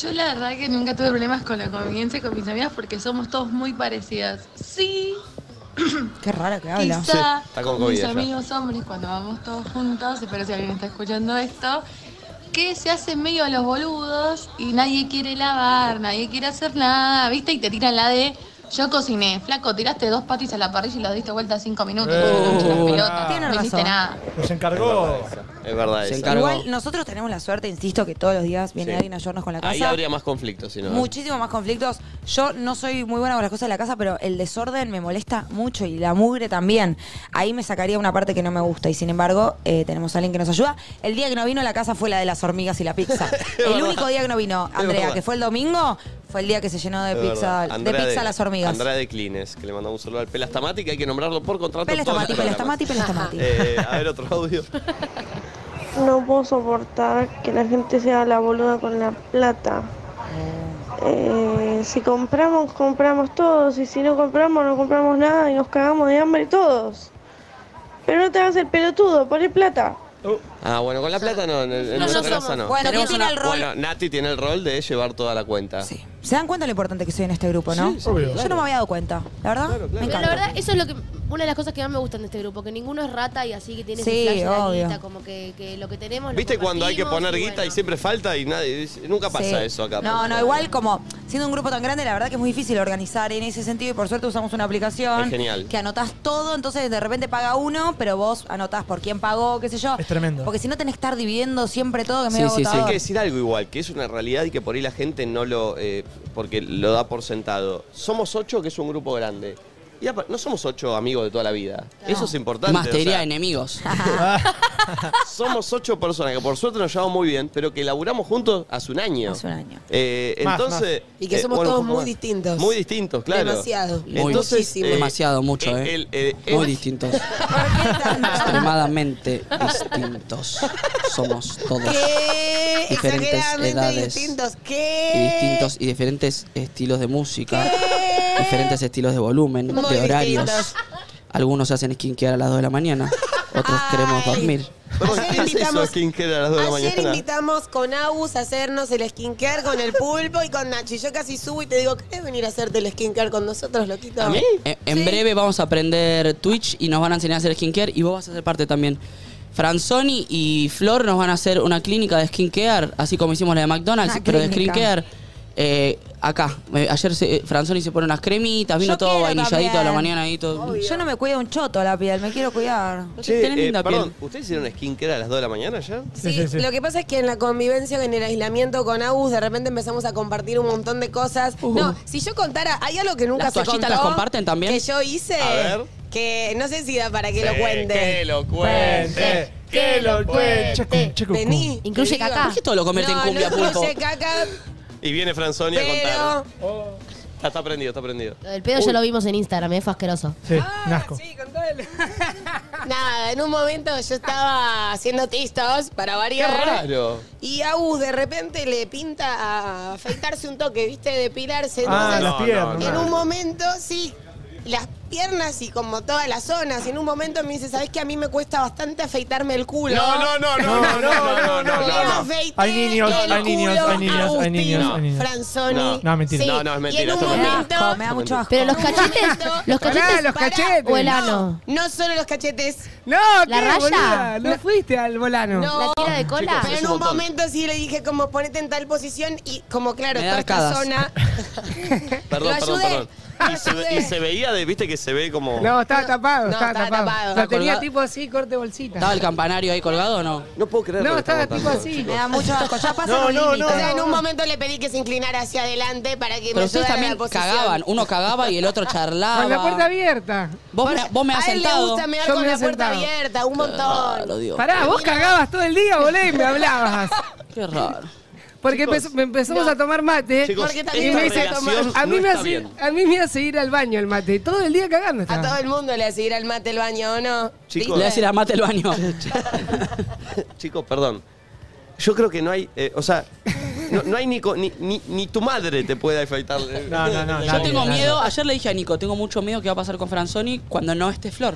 Yo la verdad que nunca tuve problemas con la convivencia con mis amigas porque somos todos muy parecidas. Sí,
Qué rara que habla.
Sí,
quizá
está con COVID
mis
ella.
amigos hombres cuando vamos todos juntos, espero si alguien está escuchando esto, que se hacen medio los boludos y nadie quiere lavar, nadie quiere hacer nada, ¿viste? Y te tiran la de yo cociné, flaco, tiraste dos patis a la parrilla y los diste vuelta cinco minutos,
Eh,
ah.
no te hinches las
uh,
pelotas,
tiene
no hiciste
razón.
nada.
Nos encargó.
Es verdad
Se
eso.
encargó.
Igual nosotros tenemos la suerte, insisto, que todos los días viene
Sí.
alguien a ayudarnos con la casa.
Ahí habría más conflictos, si no.
Muchísimo más conflictos. Yo no soy muy buena con las cosas de la casa, pero el desorden me molesta mucho y la mugre también. Ahí me sacaría una parte que no me gusta y sin embargo eh, tenemos a alguien que nos ayuda. El día que no vino a la casa fue la de las hormigas y la pizza. el
verdad.
único día que no vino,
Es
Andrea,
verdad.
que fue el domingo, fue el día que se llenó de
Es
pizza,
verdad.
de
Andrea
pizza a las hormigas.
Andrea de Clines, que le mandamos un saludo al Pelastamati, que hay que nombrarlo por contrato. en todos los
Pelastamati,
programas.
pelastamati, pelastamati.
Eh, a ver, otro audio.
No puedo soportar que la gente sea la boluda con la plata. Eh, si compramos, compramos todos. Y si no compramos, no compramos nada y nos cagamos de hambre todos. Pero no te hagas el pelotudo, poné plata.
Uh,
Ah, bueno, con la plata no, en,
No,
en
no
nuestra
somos.
casa no.
Bueno, Tenemos ¿quién tiene una- el rol?
Bueno, Nati tiene el rol de llevar toda la cuenta. Sí.
¿Se dan cuenta lo importante que soy en este grupo, no?
Sí, sí, Obvio.
Yo
claro.
no me había dado cuenta, la verdad. Me
Pero
encanta.
la verdad, eso es lo que una de las cosas que más me gustan de este grupo, que ninguno es rata y así que tiene
Sí,
ese flash de la
obvio.
guita, como que, que lo que tenemos lo
¿Viste cuando hay que
compartimos
poner
y
guita y
bueno.
siempre falta y nadie nunca pasa
Sí.
eso acá?
No, no, igual como siendo un grupo tan grande, la verdad que es muy difícil organizar en ese sentido y por suerte usamos una aplicación
Es genial.
que anotás todo, entonces de repente paga uno, pero vos anotás por quién pagó, qué sé yo.
Es tremendo.
Porque si no tenés que estar dividiendo siempre todo, que es medio
Hay
agotador.
que decir algo igual, que es una realidad y que por ahí la gente no lo. eh, porque lo da por sentado. Somos ocho, que es un grupo grande. Y apa- no somos ocho amigos de toda la vida. Eso es importante.
Más te
o
diría
sea,
enemigos.
somos ocho personas que por suerte nos llevamos muy bien, pero que laburamos juntos hace un año. Hace
un año.
Más,
entonces.
más. Y que
eh,
somos
bueno, un
todos
poco
muy
más.
distintos.
Muy distintos, claro.
Demasiado.
Muy-
Entonces, eh,
demasiado mucho, ¿eh?
el- el- el-
Muy distintos. Extremadamente distintos. Somos todos.
¿Qué?
Diferentes
Exageradamente
edades.
distintos.
Y
¿Qué?
distintos y diferentes estilos de música. Diferentes estilos de volumen,
Muy
de horarios.
distintos.
Algunos hacen skinkear a las 2 de la mañana. Otros queremos dormir.
¿Qué es eso,
invitamos-
skincare a las dos de la
Ayer
mañana?
invitamos con Agus a hacernos el skincare con el pulpo y con Nacho. Y yo casi subo y te digo, ¿querés venir a hacerte el skincare con nosotros, loquito?
En, Eh, en breve vamos a aprender Twitch y nos van a enseñar a hacer skincare y vos vas a ser parte también. Franzoni y Flor nos van a hacer una clínica de skincare, así como hicimos la de McDonald's,
Una
pero de
clínica.
skincare eh, acá. Eh, Ayer se- eh, Franzoni se pone unas cremitas, vino
Yo
todo
quiero
vainilladito a la
también.
mañana ahí todo.
Yo no me cuido un choto la piel, me quiero cuidar.
Che, eh, perdón, ¿ustedes hicieron skincare a las 2 de la mañana ayer?
Sí, Lo que pasa es que en la convivencia, en el aislamiento con Agus, de repente empezamos a compartir un montón de cosas. No, si yo contara, hay algo que nunca
Uh. ¿Las
se
toallitas
contó,
las comparten también?
Que yo hice.
A ver.
Que no sé si da para que
Sí,
lo cuente.
que lo cuente, que lo cuente.
Chacun, chacun, Vení.
Incluye
te digo.
caca.
¿Por qué todo lo convierte
No,
en cumbia,
no
pulpo?
incluye caca,
Y viene Franzoni a contar.
pero...
Está, está prendido, está prendido.
Lo del pedo ya lo vimos en Instagram, ¿eh? fue asqueroso.
Nada, en un momento yo estaba haciendo tistos para
¡Qué
variar.
raro!
Y Agus de repente le pinta a afeitarse un toque, ¿viste? Depilarse.
Ah,
Entonces,
las piernas.
En un momento, sí, las piernas y como todas las zonas. Y en un momento me dice, ¿sabes qué? A mí me cuesta bastante afeitarme el culo.
No, no, no, no, no, no, no, no, no, no.
Hay niños, hay niños, hay niños, hay niños, hay niños.
Franzoni.
No.
No, mentira.
Sí,
No, no, es mentira,
Y en un
esto es mentira.
momento...
me da mucho asco.
Pero los cachetes, los
Pará,
cachetes,
los
pará,
cachetes.
o el ano.
No solo los cachetes.
No,
La
¿qué,
raya.
boluda? No,
No.
fuiste al volano.
No.
La tira de
Ah.
cola.
Pero
es
en
un
un
montón.
momento sí le dije como ponete en tal posición y como claro,
Me
toda
da
esta
arcadas.
zona.
Perdón,
Lo
perdón,
ayudé,
perdón.
lo
Y se, ve-
ayudé.
y se veía, de, viste que se ve como...
No, estaba tapado,
no,
estaba
estaba
tapado.
tapado.
O sea, tenía
Colgado.
tipo así, corte bolsita.
¿Estaba el campanario ahí colgado o no?
No puedo creer
No,
lo que
estaba
estamos
tipo
hablando,
así.
Me
chicos.
da mucho asco. Ya pasa
No,
un
no,
límite.
O sea, en un momento le pedí que se inclinara hacia adelante para que me
Pero ustedes
ayudara a
también
la posición.
cagaban, uno cagaba y el otro charlaba.
Con la puerta abierta.
Vos me, vos me has
a él le
sentado. Ah,
gusta mear
Yo
con
me he
la puerta
sentado.
abierta, un montón.
Claro, Dios.
Pará, vos cagabas todo el día, boludo, y me hablabas.
Qué raro.
Porque
Chicos,
empezó- me empezamos a tomar mate.
Chicos,
Porque
esta
también me hice
relación
a, mí
no
me
está
hace,
bien.
a mí me hace ir al baño el mate. Todo el día
A
cagando. estaba.
todo el mundo le hace ir al mate el baño, ¿o no?
Chicos,
Le voy a decir a mate el baño.
Chicos, perdón. Yo creo que no hay... eh, o sea, no, no hay ni, co- ni, ni, ni tu madre te puede afeitar.
No, no, no,
Yo
nadie,
tengo
nadie.
miedo, ayer le dije a Nico, tengo mucho miedo que va a pasar con Franzoni cuando no esté Flor.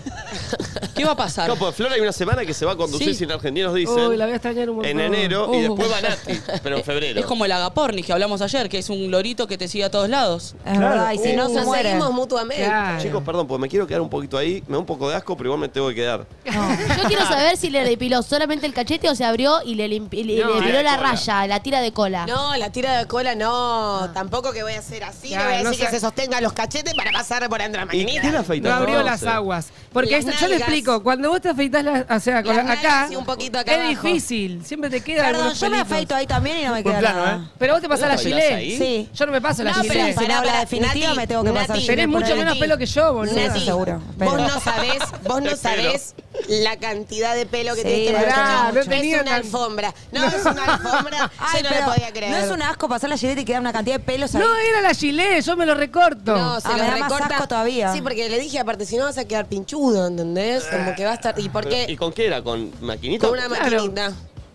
¿Qué va a pasar?
No, pues Flor hay una semana que se va a conducir
Sí.
sin argentinos, dicen.
Uy, la voy a extrañar un montón.
en enero y
Uh.
después va Nati, pero en febrero.
Es como el agaporni que hablamos ayer, que es un lorito que te sigue a todos lados.
Es verdad, y si
Y
no
nos
se muere.
seguimos mutuamente.
Claro.
Chicos, perdón, pues me quiero quedar un poquito ahí. Me da un poco de asco, pero igual me tengo que quedar.
Yo quiero saber si le depiló solamente el cachete o se abrió y le, limpi- le- le
No,
depiló
tira de
la
cola.
raya, la tira de cola.
cola.
No, la tira de cola no. Tampoco que voy a hacer así.
Claro,
le voy a
Ah. no
decir
sé.
que se sostenga los cachetes para pasar por Andra
¿Y
Magnita.
quién afeita?
No abrió
todo?
las
Sí.
aguas. Porque
Las
esto- yo le
nalgas.
explico, cuando vos te afeitas las, o sea, con
Las
la-
nalgas
acá,
y un poquito acá
es
abajo.
difícil. Siempre te queda
Perdón, yo me afeito ahí también y no me queda nada.
Pero vos te pasás la
¿Vos te afeitás
gilet.
¿eh?
ahí?
Sí.
Yo no me paso la
No,
gilet.
pero
Para
pará,
la
pará,
definitiva
Nati,
me tengo que pasar.
Nati,
yo.
Tenés mucho
Por
menos
ahí.
pelo que yo, boludo.
Nati.
Sí,
seguro,
Vos
pero-
no sabés, vos no sabés la cantidad de pelo que
Sí,
tenés que
pará,
cortar.
no
Es
tenía
una
tan-
alfombra. No, es una alfombra.
Ay,
yo no
pero
lo podía creer.
¿No es un asco pasar la gileta y quedar una cantidad de pelos ahí?
No era la gilet, yo me lo recorto.
No, se
Ah,
lo
me da más
recorta.
asco todavía.
Sí, porque le dije, aparte, si no vas a quedar pinchudo, ¿entendés? Como que va a estar. ¿Y por
Pero, ¿Y
qué?
con qué era? ¿Con maquinita?
Con una
Claro.
maquinita.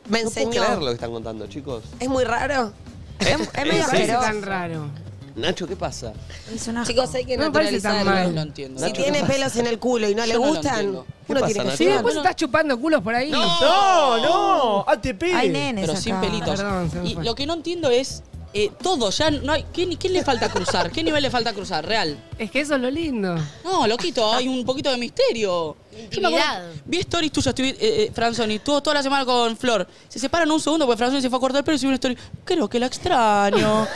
Me
No puedo
enseñó.
creer lo que están contando, chicos.
Es muy raro.
Es, es medio
no parece
asqueroso.
tan raro.
Nacho, ¿qué pasa?
Es un asco.
Chicos, hay que
No me parece tan
naturalizarlo.
mal.
No lo entiendo.
Si
Nacho,
tiene
¿qué pasa?
pelos en el culo y no le
Yo no lo
gustan,
entiendo.
¿Qué
uno
pasa,
tiene que
Nacho?
Sí, después
ser.
estás chupando culos por ahí.
¡No, no! ¡ATP!
Hay nenes
Pero
acá.
sin pelitos.
Perdón, se me
y
fue.
lo que no entiendo es eh, todo, ya no hay. ¿qué, ni- ¿Qué le falta cruzar? ¿Qué nivel le falta cruzar? Real.
Es que eso es lo lindo.
No, loquito, hay un poquito de misterio. Yo me acuerdo-
Intimidad.
Vi stories tuyas, estuve, eh, eh, Franzoni, estuvo toda la semana con Flor. Se separan un segundo porque Franzoni se fue a cortar el pelo y subió una story. Creo que la extraño.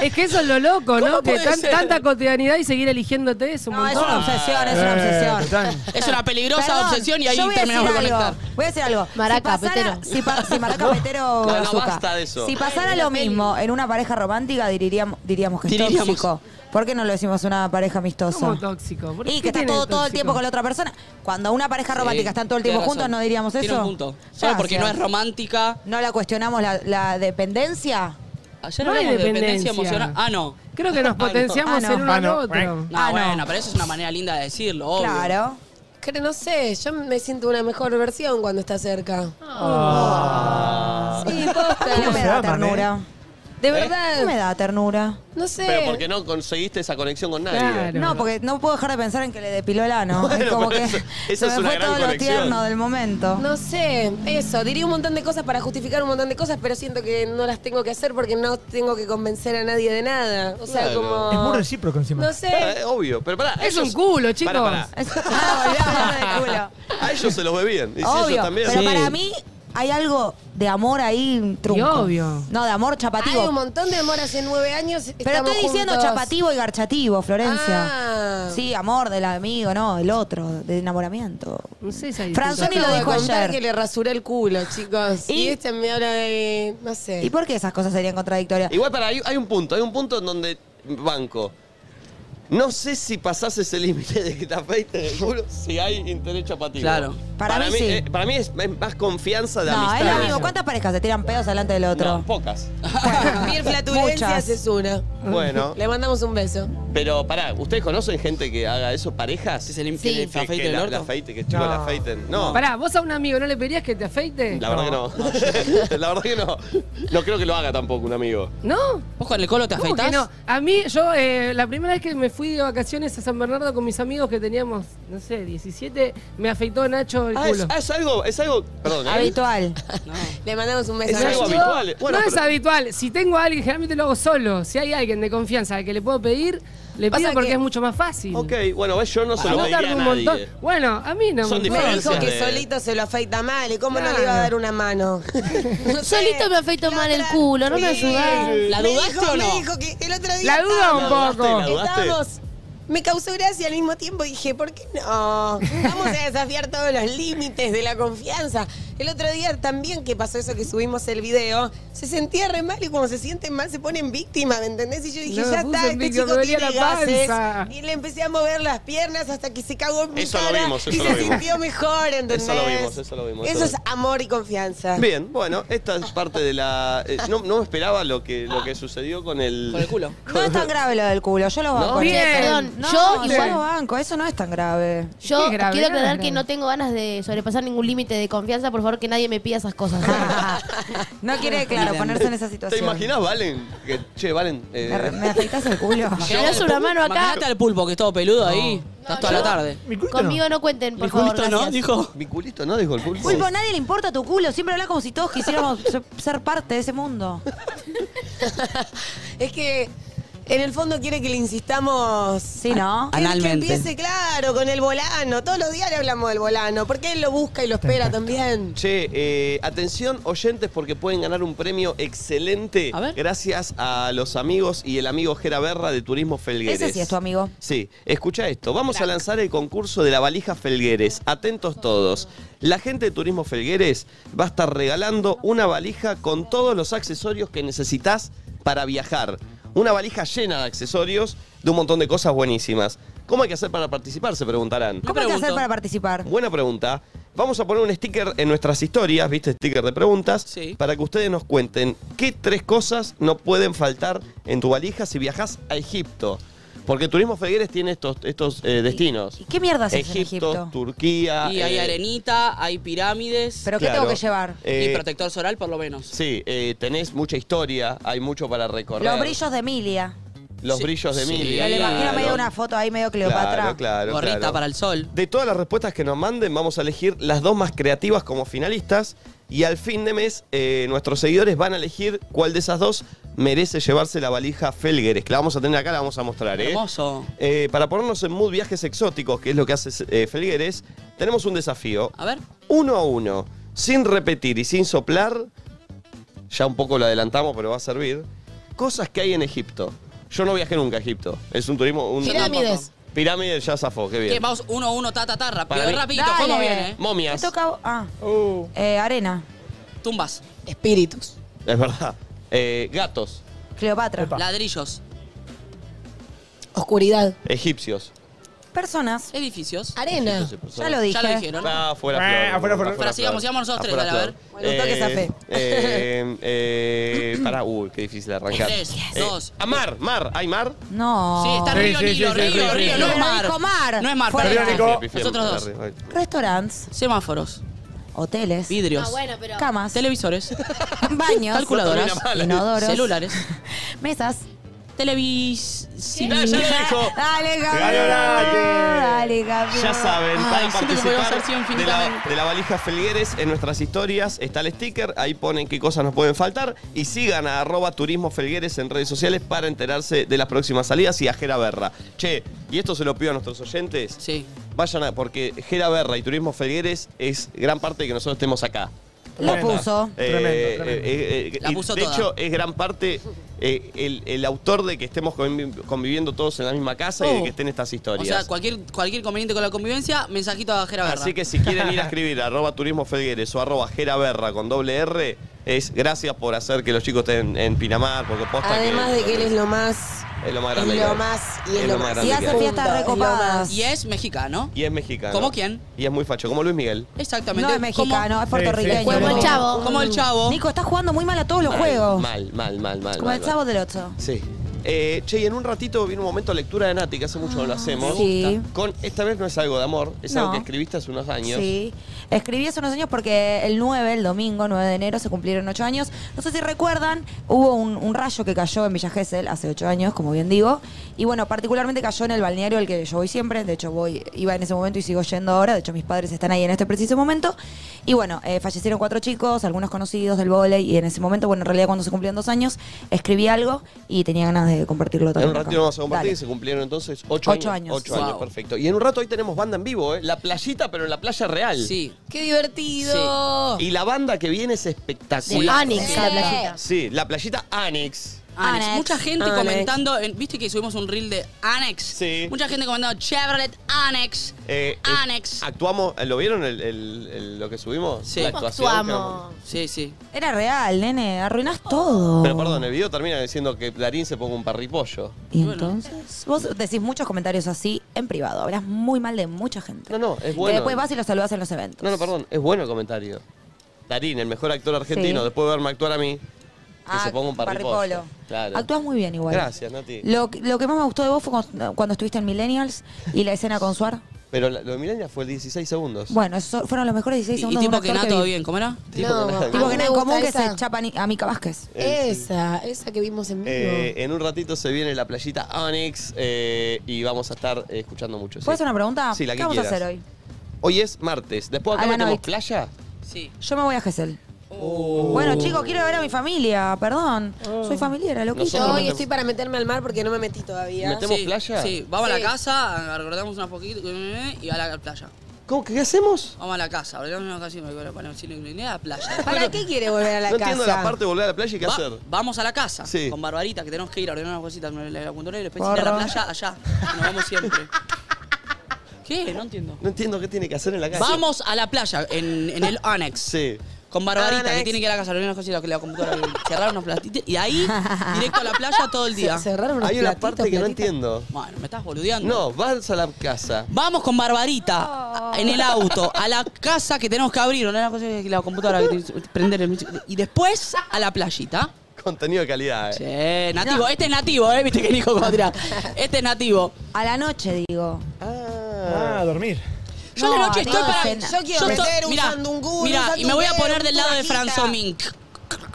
Es que eso es lo loco,
¿Cómo
¿no? Que
puede
tan-
ser?
tanta cotidianidad y seguir eligiéndote es un
No, es
montón.
una obsesión, es una
Eh,
obsesión.
total.
es una peligrosa
Perdón,
obsesión y ahí
yo voy a
terminamos de
decir algo,
conectar.
Voy a decir algo.
Maraca,
si pasara,
petero.
Si, pa- si maraca, petero,
no,
brazuca.
basta de eso.
Si pasara lo mismo en una pareja romántica, diríamos, diríamos que es
Diríamos.
tóxico. ¿Por qué no lo decimos una pareja
Como
amistosa?
tóxico. ¿Por
Y
qué
que está
tiene
todo, todo el
tóxico?
tiempo con la otra persona. Cuando una pareja romántica están todo el
Tenés
tiempo
razón.
juntos, ¿no diríamos eso?
Tiene un punto. Solo porque no
Gracias.
es romántica.
¿No la cuestionamos la, la dependencia?
Ayer
No hay
hablamos de dependencia
dependencia.
emocional. Ah, no.
Creo que nos
Ah, no.
potenciamos
Ah, no.
el uno
Ah,
al
no.
otro.
No,
Ah, no.
bueno, pero eso es una manera linda de decirlo, obvio.
Claro.
Creo, no sé, yo me siento una mejor versión cuando está cerca. Sí,
A mí no me
posta.
da
Se aman, ¿eh?
ternura.
De
No me
verdad,
da ternura.
no sé.
Pero porque no conseguiste esa conexión con nadie.
Claro.
No, porque no puedo dejar de pensar en que le depiló el ano.
Bueno,
es como
pero
que
eso- esa
se
es
me
una
fue
gran
todo lo
conexión.
tierno del momento.
No sé, eso, diría un montón de cosas para justificar un montón de cosas, pero siento que no las tengo que hacer porque no tengo que convencer a nadie de nada. O sea,
Claro.
como...
Es muy recíproco encima.
No
Ah,
sé.
eh, obvio, pero pará.
Es
ellos-
un culo, chicos.
Pará, pará.
Es- Ah, volví a hablar de culo.
A ellos se los bebían. Y si ellos
Obvio,
también.
pero
Sí.
para mí hay algo de amor ahí trunco.
Y obvio.
No, de amor chapativo.
Hay un montón de amor hace nueve años.
pero estoy diciendo chapativo y garchativo, Florencia.
Ah.
Sí, amor del amigo, no, el otro, de enamoramiento.
No sé si hay
Franzoni lo
Yo acabo de
dijo
contar
ayer.
que le rasuré el culo, chicos.
¿Y?
Y, este me habla de. No sé.
¿Y por qué esas cosas serían contradictorias?
Igual para hay, hay un punto, hay un punto en donde banco. No sé si pasás ese límite de que te afeites el culo si hay interés chapativo.
Claro.
Para mí sí.
eh, para mí es, es más confianza de
No,
amistad.
el amigo, ¿cuántas parejas se tiran pedos delante del otro?
No, pocas.
Piel flatulencia
Muchas.
es una.
Bueno,
Le mandamos un beso.
pero pará, ¿ustedes conocen gente que haga eso? ¿Parejas?
Si se limpia
Que-
el afeite
que
del
la-
orto.
la afeite, que chicos
No.
la afeiten. No,
Pará, ¿vos a un amigo no le pedirías que te afeite?
la verdad que no. la verdad que no. No creo que lo haga tampoco un amigo.
¿No?
¿Vos con el colo te
¿Cómo
afeitás?
que no? A mí, yo, eh, la primera vez que me fui de vacaciones a San Bernardo con mis amigos que teníamos, no sé, 17, me afeitó Nacho el
Ah, es,
culo.
ah, es algo, es algo, perdón, ¿eh?
Habitual.
Le mandamos un beso.
Es algo
Nacho.
habitual. eh. Bueno,
no es
pero-
habitual. Si tengo a alguien, generalmente lo hago solo. Si hay alguien de confianza al que le puedo pedir, le
Pasa
pido porque
que-
es mucho más fácil.
Ok, bueno, ves, yo no se
Si
lo
no
pediría
tardo
a
un
nadie.
montón. Bueno, a mí no
Son
me
Me
diferentes.
dijo que
Gracias.
solito se lo afeita mal. ¿Y cómo no le iba a
Claro.
dar una mano? No sé.
Solito me afeito
La
mal el
otra-
culo, no me
Sí.
ayudás.
¿La
Me
dudaste
dijo-
o no?
Me dijo que el otro día.
La duda
estábamos-
un
dudaste,
poco.
la dudaste.
Estábamos. Me causó gracia al mismo tiempo y dije, ¿por qué no? Vamos a desafiar todos los límites de la confianza. El otro día también que pasó eso que subimos el video, se sentía re mal y como se sienten mal se ponen víctimas, ¿me entendés? Y yo dije,
No,
ya
puse
está, este
víctima,
chico
me dolía
tiene
la
gases.
panza.
Y le empecé a mover las piernas hasta que se cagó en mi
Eso lo
cara
vimos,
y
eso
se
lo vimos.
sintió mejor, ¿entendés?
Eso lo vimos, eso lo vimos,
Eso
eso
es amor y confianza.
Bien, bueno, esta es parte de la. eh, no, no me esperaba lo que, lo que sucedió con el.
Con el culo.
No es tan grave lo del culo, yo lo banco.
Bien.
che.
Perdón,
No,
yo
yo
igual-
lo banco, eso no es tan grave.
Yo
Qué grave,
quiero
nada
aclarar
grave.
que no tengo ganas de sobrepasar ningún límite de confianza. Por favor, que nadie me pida esas cosas.
no quiere, claro, ponerse en esa situación.
¿Te imaginas, Valen? Que, che, Valen. eh,
¿Me, me afeitas el culo?
Me das una mano acá.
Imagínate al pulpo que es todo peludo ahí. Estás toda la tarde.
Mi culito no.
Conmigo no cuenten, por
Mi
favor.
culito, ¿no?
gracias. Ah,
Dijo.
mi culito, ¿no? Dijo el pulpo.
Pulpo, a nadie le importa tu culo. Siempre hablas como si todos quisiéramos ser- ser parte de ese mundo.
Es que En el fondo quiere que le insistamos. Sí, ¿no?
Analmente.
Que empiece, claro, con el volano. Todos los días le hablamos del volano. Porque él lo busca y lo espera también.
Che, eh, atención oyentes porque pueden ganar un premio excelente gracias a los amigos y el amigo Gera Berra de Turismo Felgueres.
Ese sí es tu amigo.
Sí, escucha esto. Vamos a lanzar el concurso de la valija Felgueres. Atentos todos. La gente de Turismo Felgueres va a estar regalando una valija con todos los accesorios que necesitas para viajar. Una valija llena de accesorios, de un montón de cosas buenísimas. ¿Cómo hay que hacer para participar? Se preguntarán.
¿Cómo hay que hacer para participar?
Buena pregunta. Vamos a poner un sticker en nuestras historias, ¿viste? Sticker de preguntas. Para que ustedes nos cuenten qué tres cosas no pueden faltar en tu valija si viajas a Egipto. Porque Turismo Felgueres tiene estos, estos eh, destinos.
¿Y qué mierda haces en
Egipto?
Egipto?
Turquía.
Y hay
eh,
arenita, hay pirámides.
¿Pero
qué Claro. tengo que llevar? Eh,
y protector solar, por lo menos.
Sí, eh, tenés mucha historia, hay mucho para recorrer.
Los brillos de Emilia.
Los brillos de
sí.
Emilia.
Me lo imagino
claro.
Medio una foto ahí medio Cleopatra.
Claro, claro,
Gorrita para
el sol. De todas las respuestas que nos manden, vamos a elegir las dos más creativas como finalistas. Y al fin de mes, eh, nuestros seguidores van a elegir cuál de esas dos merece llevarse la valija Felgueres, que la vamos a tener acá, la vamos a mostrar. ¿eh?
Hermoso.
Eh, para ponernos en mood viajes exóticos, que es lo que hace eh, Felgueres, tenemos un desafío.
A ver.
Uno a uno, sin repetir y sin soplar, ya un poco lo adelantamos, pero va a servir. Cosas que hay en Egipto. Yo no viajé nunca a Egipto. Es un turismo. Un
Pirámides.
Pirámides ya zafó, qué bien.
Que vamos uno a uno, ta, ta, ta, rápido,
Para mí-
rapidito.
Dale.
¿Cómo viene?
Momias.
Me toca- ah.
Uh,
Eh, arena.
Tumbas.
Espíritus.
Es verdad. Eh, gatos,
Cleopatra.
Ladrillos.
Oscuridad.
egipcios. pues,
Personas.
Edificios.
Arena.
Ah, Ya lo dije.
Ah. Ya lo dijeron.
Ah, fuera
Eh,
flor.
afuera, afuera.
Afuera,
sigamos,
flor.
sigamos nosotros tres,
Afuera,
dale, a ver.
flor.
Bueno, toque esa fe.
Eh, eh, pará, uy, qué difícil de arrancar. Eh,
Tres, dos.
A mar, mar, ¿hay mar?
No.
Sí, está Río Nilo, Río, Río, no es
Pero
mar.
dijo mar.
No es mar,
Fuera.
perdón.
Pifié, pifié,
Nosotros dos.
Larry,
Restaurants.
Semáforos.
Hoteles.
Vidrios.
Ah, bueno, pero-
Camas. Televisores.
Baños.
Calculadoras.
No termina mal. Inodoros.
Celulares.
Mesas.
Televis...
Ya, ya lo dijo. Dale, Gabriel. Dale, Gabriel.
Ya saben,
Ay,
pueden
siento que podemos
participar
haber sido
de la,
infinitamente.
de la valija Felgueres en nuestras historias. Está el sticker, ahí ponen qué cosas nos pueden faltar. Y sigan a arroba turismo Felgueres en redes sociales para enterarse de las próximas salidas y a Jera Berra. Che, y esto se lo pido a nuestros oyentes.
Sí.
Vayan a, porque Jera Berra y Turismo Felgueres es gran parte de que nosotros estemos acá.
Lo puso.
Eh, eh, eh, eh,
La
y
puso
de
toda.
hecho, es gran parte eh, el, el autor de que estemos convi- conviviendo todos en la misma casa y de
Oh.
que estén estas
O
historias.
sea, cualquier, cualquier conveniente con la convivencia, mensajito a Jera Berra.
Así que si quieren ir a escribir arroba turismo Felgueres o arroba geraberra con doble R, es gracias por hacer que los chicos estén en Pinamar, porque posta
Además
que,
de que él es lo más.
es lo más grande.
es
que
lo
hay.
más y es lo más.
grande
Y
que
hace
hay.
fiesta- Punto. recopadas.
Y es mexicano.
Y es mexicano.
¿Como quién?
Y es muy facho, como Luis Miguel.
Exactamente.
No es mexicano,
Como-
es puertorriqueño.
Sí, sí. Como el
Chavo. Como el Chavo.
Nico, estás jugando muy mal a todos los
Mal,
juegos.
Mal, mal, mal, mal.
Como
mal,
el
mal.
chavo del 8.
Sí. Eh, che, y en un ratito viene un momento de lectura de Nati, que hace mucho no lo hacemos.
Ah, sí.
Con, esta vez no es algo de amor, es algo
No.
que escribiste hace unos años.
Sí. Escribí hace unos años porque el 9, el domingo 9 de enero, se cumplieron 8 años. No sé si recuerdan, hubo un, un rayo que cayó en Villa Gesell hace 8 años, como bien digo. Y bueno, particularmente cayó en el balneario al que yo voy siempre. De hecho, voy, iba en ese momento y sigo yendo ahora. De hecho, mis padres están ahí en este preciso momento. Y bueno, eh, fallecieron cuatro chicos, algunos conocidos del volei. Y en ese momento, bueno, en realidad cuando se cumplían dos años, escribí algo y tenía ganas de compartirlo
En
también.
un ratito
acá.
vamos a compartir
Dale.
que se cumplieron entonces ocho años.
Ocho años.
Ocho
Wow.
años, perfecto. Y en un rato hoy tenemos banda en vivo, ¿eh? La playita, pero en la playa real.
Sí.
¡Qué
Oh.
divertido!
Y la banda que viene es espectacular.
Sí. Anix,
Sí.
la playita.
Sí, la playita Anix.
Anex.
Anix.
Mucha gente
Anex.
comentando, en- viste que subimos un reel de Annex. Sí. Mucha gente comentando Chevrolet Annex.
Eh, eh,
Annex.
actuamos, eh, ¿lo vieron el- el- el- lo que subimos?
Sí.
La
¿Cómo
actuación que
actuamos?
éramos-
Sí, sí.
Era real, nene. Arruinás todo.
Pero perdón, el video termina diciendo que Darín se ponga un parripollo.
Y entonces, vos decís muchos comentarios así en privado, hablas muy mal de mucha gente.
No, no, es
Que
bueno.
después vas y los saludas en los eventos.
No, no, perdón, es bueno el comentario. Darín, el mejor actor argentino,
Sí.
después de verme actuar a mí, que
Ah,
se ponga un parripollo.
parripolo.
Claro.
Actúas muy bien igual.
Gracias, Nati.
Lo, que- lo que más me gustó de vos fue cuando, cuando estuviste en Millennials y la escena con Suar.
Pero la- lo de Milenia fue 16 segundos.
Bueno, esos fueron los mejores 16
Y- y
segundos. de
tipo
un
que
actor
nada,
vi.
todo bien, ¿cómo era?
Tipo que nada.
Tipo que
Me
nada en
gusta
común que
esa.
se chapa ni- a Mica Vázquez.
Esa, esa que vimos en vivo.
Eh, en un ratito se viene la playita Onyx eh, y vamos a estar eh, escuchando mucho. sí.
¿Puedo hacer una pregunta?
Sí, la que
¿Qué vamos
quieras.
a hacer hoy?
Ah,
Hoy es martes. Después
A
acá
la
metemos
noche.
playa.
Sí.
Yo me voy a Gesell.
Oh.
Bueno, chicos, quiero ver a mi familia, perdón. Soy familiar, loquito.
Yo hoy estoy para meterme al mar porque no me metí todavía.
Sí, Sí, vamos a la casa, recordamos unas poquitas y a la playa.
¿Cómo, ¿Qué hacemos?
Vamos a la casa, abrimos una casa y me voy a poner sin inclinar a la playa.
¿Para qué quiere volver a la
no
casa?
entiendo la parte de volver a la playa y qué hacer.
Vamos a la casa
Sí.
con Barbarita, que tenemos que ir a ordenar unas cositas en la puntualidad y después ir a la
Porro.
playa allá. y Nos vamos siempre. ¿Qué? No entiendo.
No entiendo qué tiene que hacer en la casa.
Vamos a la playa, en, en el Annex.
Sí.
Con Barbarita,
Annex.
que tiene que ir a la casa, ordenar unas cositas, que la computadora, que cerrar unos platitos. Y ahí, directo a la playa todo el día.
Hay una parte que no entiendo.
Bueno, me estás boludeando.
No, vas a la casa.
Vamos con Barbarita en el auto a la casa que tenemos que abrir, o no Una cosa que la computadora que tienes- prender el y después a la playita.
Contenido de calidad, eh.
Eh, nativo, este es nativo, eh, viste que dijo como tirá. Este es nativo.
A la noche digo.
Ah, a dormir.
Yo a la noche estoy para
Yo quiero
estoy-
meter un
mirá,
sandungú,
mirá,
un
y me voy a
sandunguero,
poner del
una
lado de
cajita.
Franzo Mink.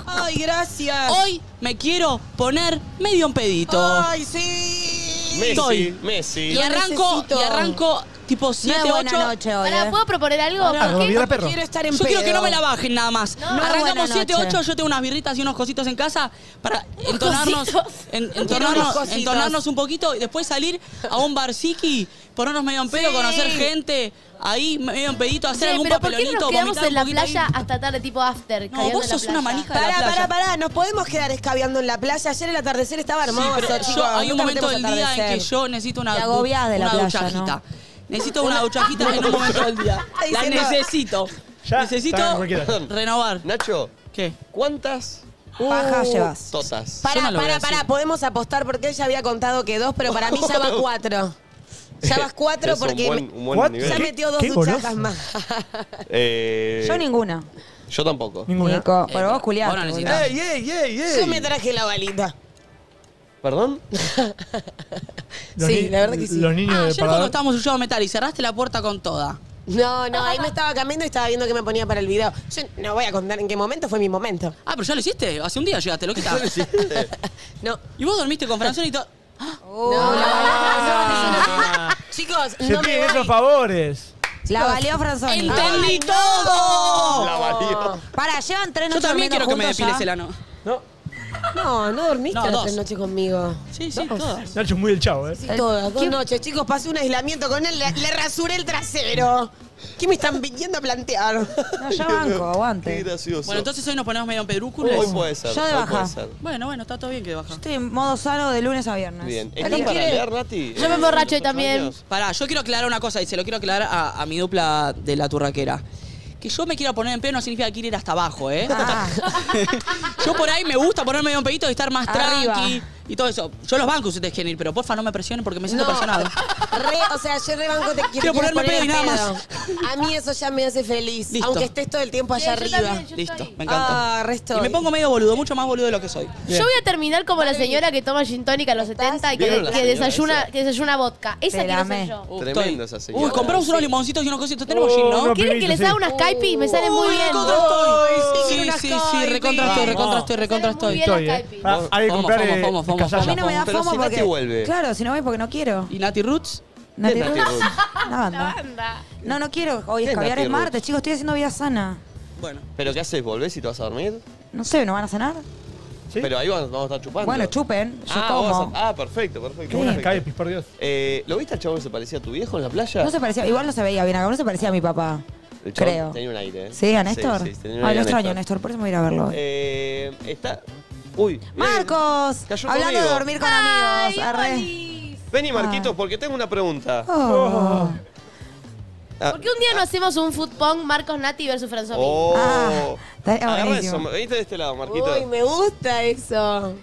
Ay, gracias.
Hoy me quiero poner medio un pedito.
Ay, sí.
Messi,
Estoy.
Messi.
Y
Lo
arranco,
necesito.
y arranco tipo 7,
buena
8.
noche hoy, Pará, eh.
¿puedo proponer algo?
Ah, ¿Por qué? comida de perro.
Quiero estar en
Yo quiero que
pedo.
no me la bajen nada más.
no es
Arrancamos
buena
7,
noche.
8, yo tengo unas birritas y unos cositos en casa para entonarnos,
cositos.
en-
Unos
entonarnos,
cositos.
entonarnos un poquito y después salir a un barciki, ponernos medio en pedo,
Sí.
conocer gente, ahí medio en pedito, hacer
Che,
algún
pero ¿por qué no
papelonito,
nos quedamos
vomitar
en
un
la
poquito ahí.
playa hasta tarde, tipo after?
No, vos sos una manija de la
Pará,
playa.
pará, pará, nos podemos quedar escabeando en la playa. Ayer el atardecer estaba
Sí,
hermoso,
pero
chicos.
yo, hay un
Nunca
momento
metemos
del día en que
atardecer.
yo necesito una,
Te agobiás de la
una
playa,
duchajita.
¿no?
Necesito una duchajita en un momento del día.
Está
La
diciendo-
necesito.
Ya, está,
necesito
cualquiera.
renovar.
Nacho,
¿Qué?
¿cuántas
Uh.
Paja llevas.
Yo no
totas?
Pará,
lo voy a
pará,
decir.
pará, podemos apostar porque él ya había contado que dos, pero para mí ya va cuatro. Ya vas cuatro
Es un
porque
buen-
me-
un buen
¿What?
nivel.
ya
¿Qué-
metió dos
qué
duchajas
goloso?
más.
Eh,
Yo ninguna.
Yo tampoco.
Ninguna.
Nico, pero vos
pero Eh, vos no
culiaste. boludo.
necesitas.
Eh,
¡Ey, ey, ey, ey!
Yo me traje la balita.
¿Perdón?
Los
Sí,
ni-
la verdad que sí.
Los niños
Ah,
de
ayer cuando
Parador.
estábamos en Yuyo metal y cerraste la puerta con toda.
No, no, ahí me estaba cambiando y estaba viendo qué me ponía para el video. Yo no voy a contar en qué momento fue mi momento.
Ah, pero ya lo hiciste. Hace un día llegaste, lo que
¿Qué hiciste?
No.
Y vos dormiste con Franzoni y todo.
No,
Ah,
Chicos,
Se
no me
piden
voy.
esos favores.
Eh,
La valió Ah, Franzoni.
¡Entendí todo!
La valió.
Para, llevan tres
Yo
noches
también quiero
durmiendo
que me
juntos
depiles
ya.
el ano.
No, no dormiste
No,
las
dos.
tres noches conmigo.
Sí, sí, todas.
Nacho es muy del chavo, ¿eh?
Sí, todas, dos noches. Chicos, pasé un aislamiento con él, le, le rasuré el trasero. ¿Qué me están viniendo a plantear?
No, yo banco,
Qué
aguante.
gracioso.
Bueno, entonces hoy nos ponemos medio en
Hoy
pedrúcules.
puede ser.
Yo de
Hoy puede
baja.
ser.
Bueno, bueno, está todo bien que de baja.
Estoy en modo sano de lunes a viernes.
Bien. ¿Están
¿Alguien
para
quiere?
leer, Nati?
Yo me
Eh,
emborracho
los
y también.
años.
Pará, yo quiero aclarar una cosa y se lo quiero aclarar a, a mi dupla de la turraquera. Que yo me quiera poner en pedo no significa que quiero ir hasta abajo, ¿eh?
Ah.
yo por ahí me gusta ponerme medio en pedito y estar más
Arriba.
tranqui y todo eso. Yo los bancos ustedes quieren ir, pero porfa no me presionen porque me siento
No.
presionado.
Re, o sea, yo rebanco te quiero,
Quiero ponerme
poner
pedo y
el
nada
pedo.
más.
A mí eso ya me hace feliz,
Listo.
aunque estés todo el tiempo allá
Sí, yo
arriba.
también, yo
Listo,
estoy.
me encanta.
Ah, resto.
y me pongo medio boludo, mucho más boludo de lo que soy.
Yo voy a terminar como la señora que toma gin tónica a los 70 y que,
¿Vieron la
que
señora
desayuna,
esa?
que desayuna vodka. Esa
Te la
quiero ser
amé.
yo.
Uh, estoy-
Tremendo esa señora.
Uy, compramos unos
Sí.
limoncitos y unos cositos. Tenemos
Oh,
gin, ¿no?
no,
¿Qué?
¿Quieren que les
sí.
haga unas caipi? Me salen muy bien.
Recontra estoy. Sí, sí, sí, recontra estoy,
Vamos.
recontra estoy, recontra
Salen muy
estoy.
bien las
Estoy,
caipi.
¿eh? Ah, Hay que
Vamos,
comprar
vamos,
eh,
vamos, vamos.
A
casalla.
mí no me da
Pero
fama
si
porque.
Nati vuelve.
Claro, si no voy porque no quiero.
¿Y Nati Roots?
¿Quién
Nati
es Nati
Roots,
Ruth?
Una
Ah.
banda.
Anda.
No, no quiero. Hoy
¿Quién
es
es
caviar
Nati
es
Roots?
martes, chicos, estoy haciendo vida sana.
Bueno.
¿Pero qué haces? ¿Volvés y te vas a dormir?
No sé, ¿no van a sanar?
Sí.
Pero ahí vamos, vamos a estar chupando.
Bueno, chupen, yo
ah,
como.
vos vas a- ah, perfecto, perfecto.
Qué buenas
perfecto.
caipis, por Dios.
Eh, ¿Lo viste al chabón que se parecía a tu viejo en la playa?
No se parecía, igual no se veía bien acá, no se parecía a mi papá.
El chabón
Creo.
Tenía un aire. ¿eh?
¿Sí, a Néstor?
Sí, sí, tenía un
Ay,
aire
lo
a
extraño, Néstor, por eso me voy a ir a verlo. hoy.
Eh, está. Uy.
Marcos,
eh, cayó
hablando de
conmigo.
dormir con amigos. arre.
Vení, Marquitos, porque tengo una pregunta.
Oh.
Ah,
¿Por qué un día no hacemos un food pong Marcos Nati versus Franzomi?
Oh.
Ah, estaría
Agarrá
buenísimo.
eso, venite de este lado, Marquitos.
Uy, me gusta eso.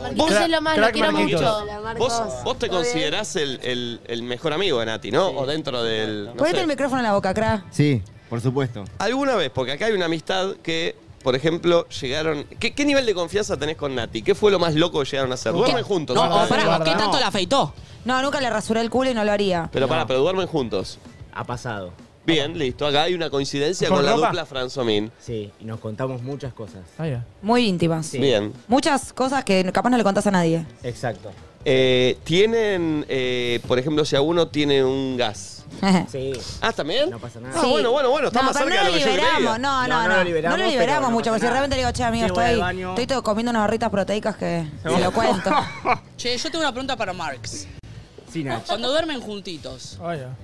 Marquitos
Crack-
es lo más, lo
crack
quiero
Marquitos.
mucho.
Vos, vos te considerás el, el- el mejor amigo de Nati, ¿no? O dentro del. no
Ponete
sé.
el micrófono en la boca, Cra.
Sí, por supuesto.
Alguna vez, porque acá hay una amistad que, por ejemplo, llegaron. ¿Qué, qué nivel de confianza tenés con Nati? ¿Qué fue lo más loco que llegaron a hacer? Duermen juntos.
No, ah.
¿verdad?
o pará,
guarda,
¿qué
no.
tanto la afeitó?
No, nunca le rasuré el culo y no lo haría.
Pero pará, pero duermen juntos.
Ha pasado,
Bien, listo. Acá hay una coincidencia
¿Con
con, la
ropa?
dupla Franzomín.
sí, y nos contamos muchas cosas.
Ah, ya.
Muy íntimas.
Bien.
Muchas cosas que capaz no le contás a nadie.
Exacto.
Eh, tienen, eh, por ejemplo, si a uno tiene un gas
Sí.
Ah, ¿también?
No pasa nada.
Ah, bueno, bueno, bueno, está
No,
más
pero
cerca
no
de
lo
lo que yo
liberamos, no,
creía.
no, no. No lo liberamos,
pero no pasa
mucho, porque si
nada.
realmente le digo, che, amigo,
Sí, voy al
estoy,
baño.
estoy todo comiendo unas barritas proteicas que se lo cuento.
Che, yo tengo una pregunta para Marx.
Sí, Nacho.
Cuando duermen juntitos.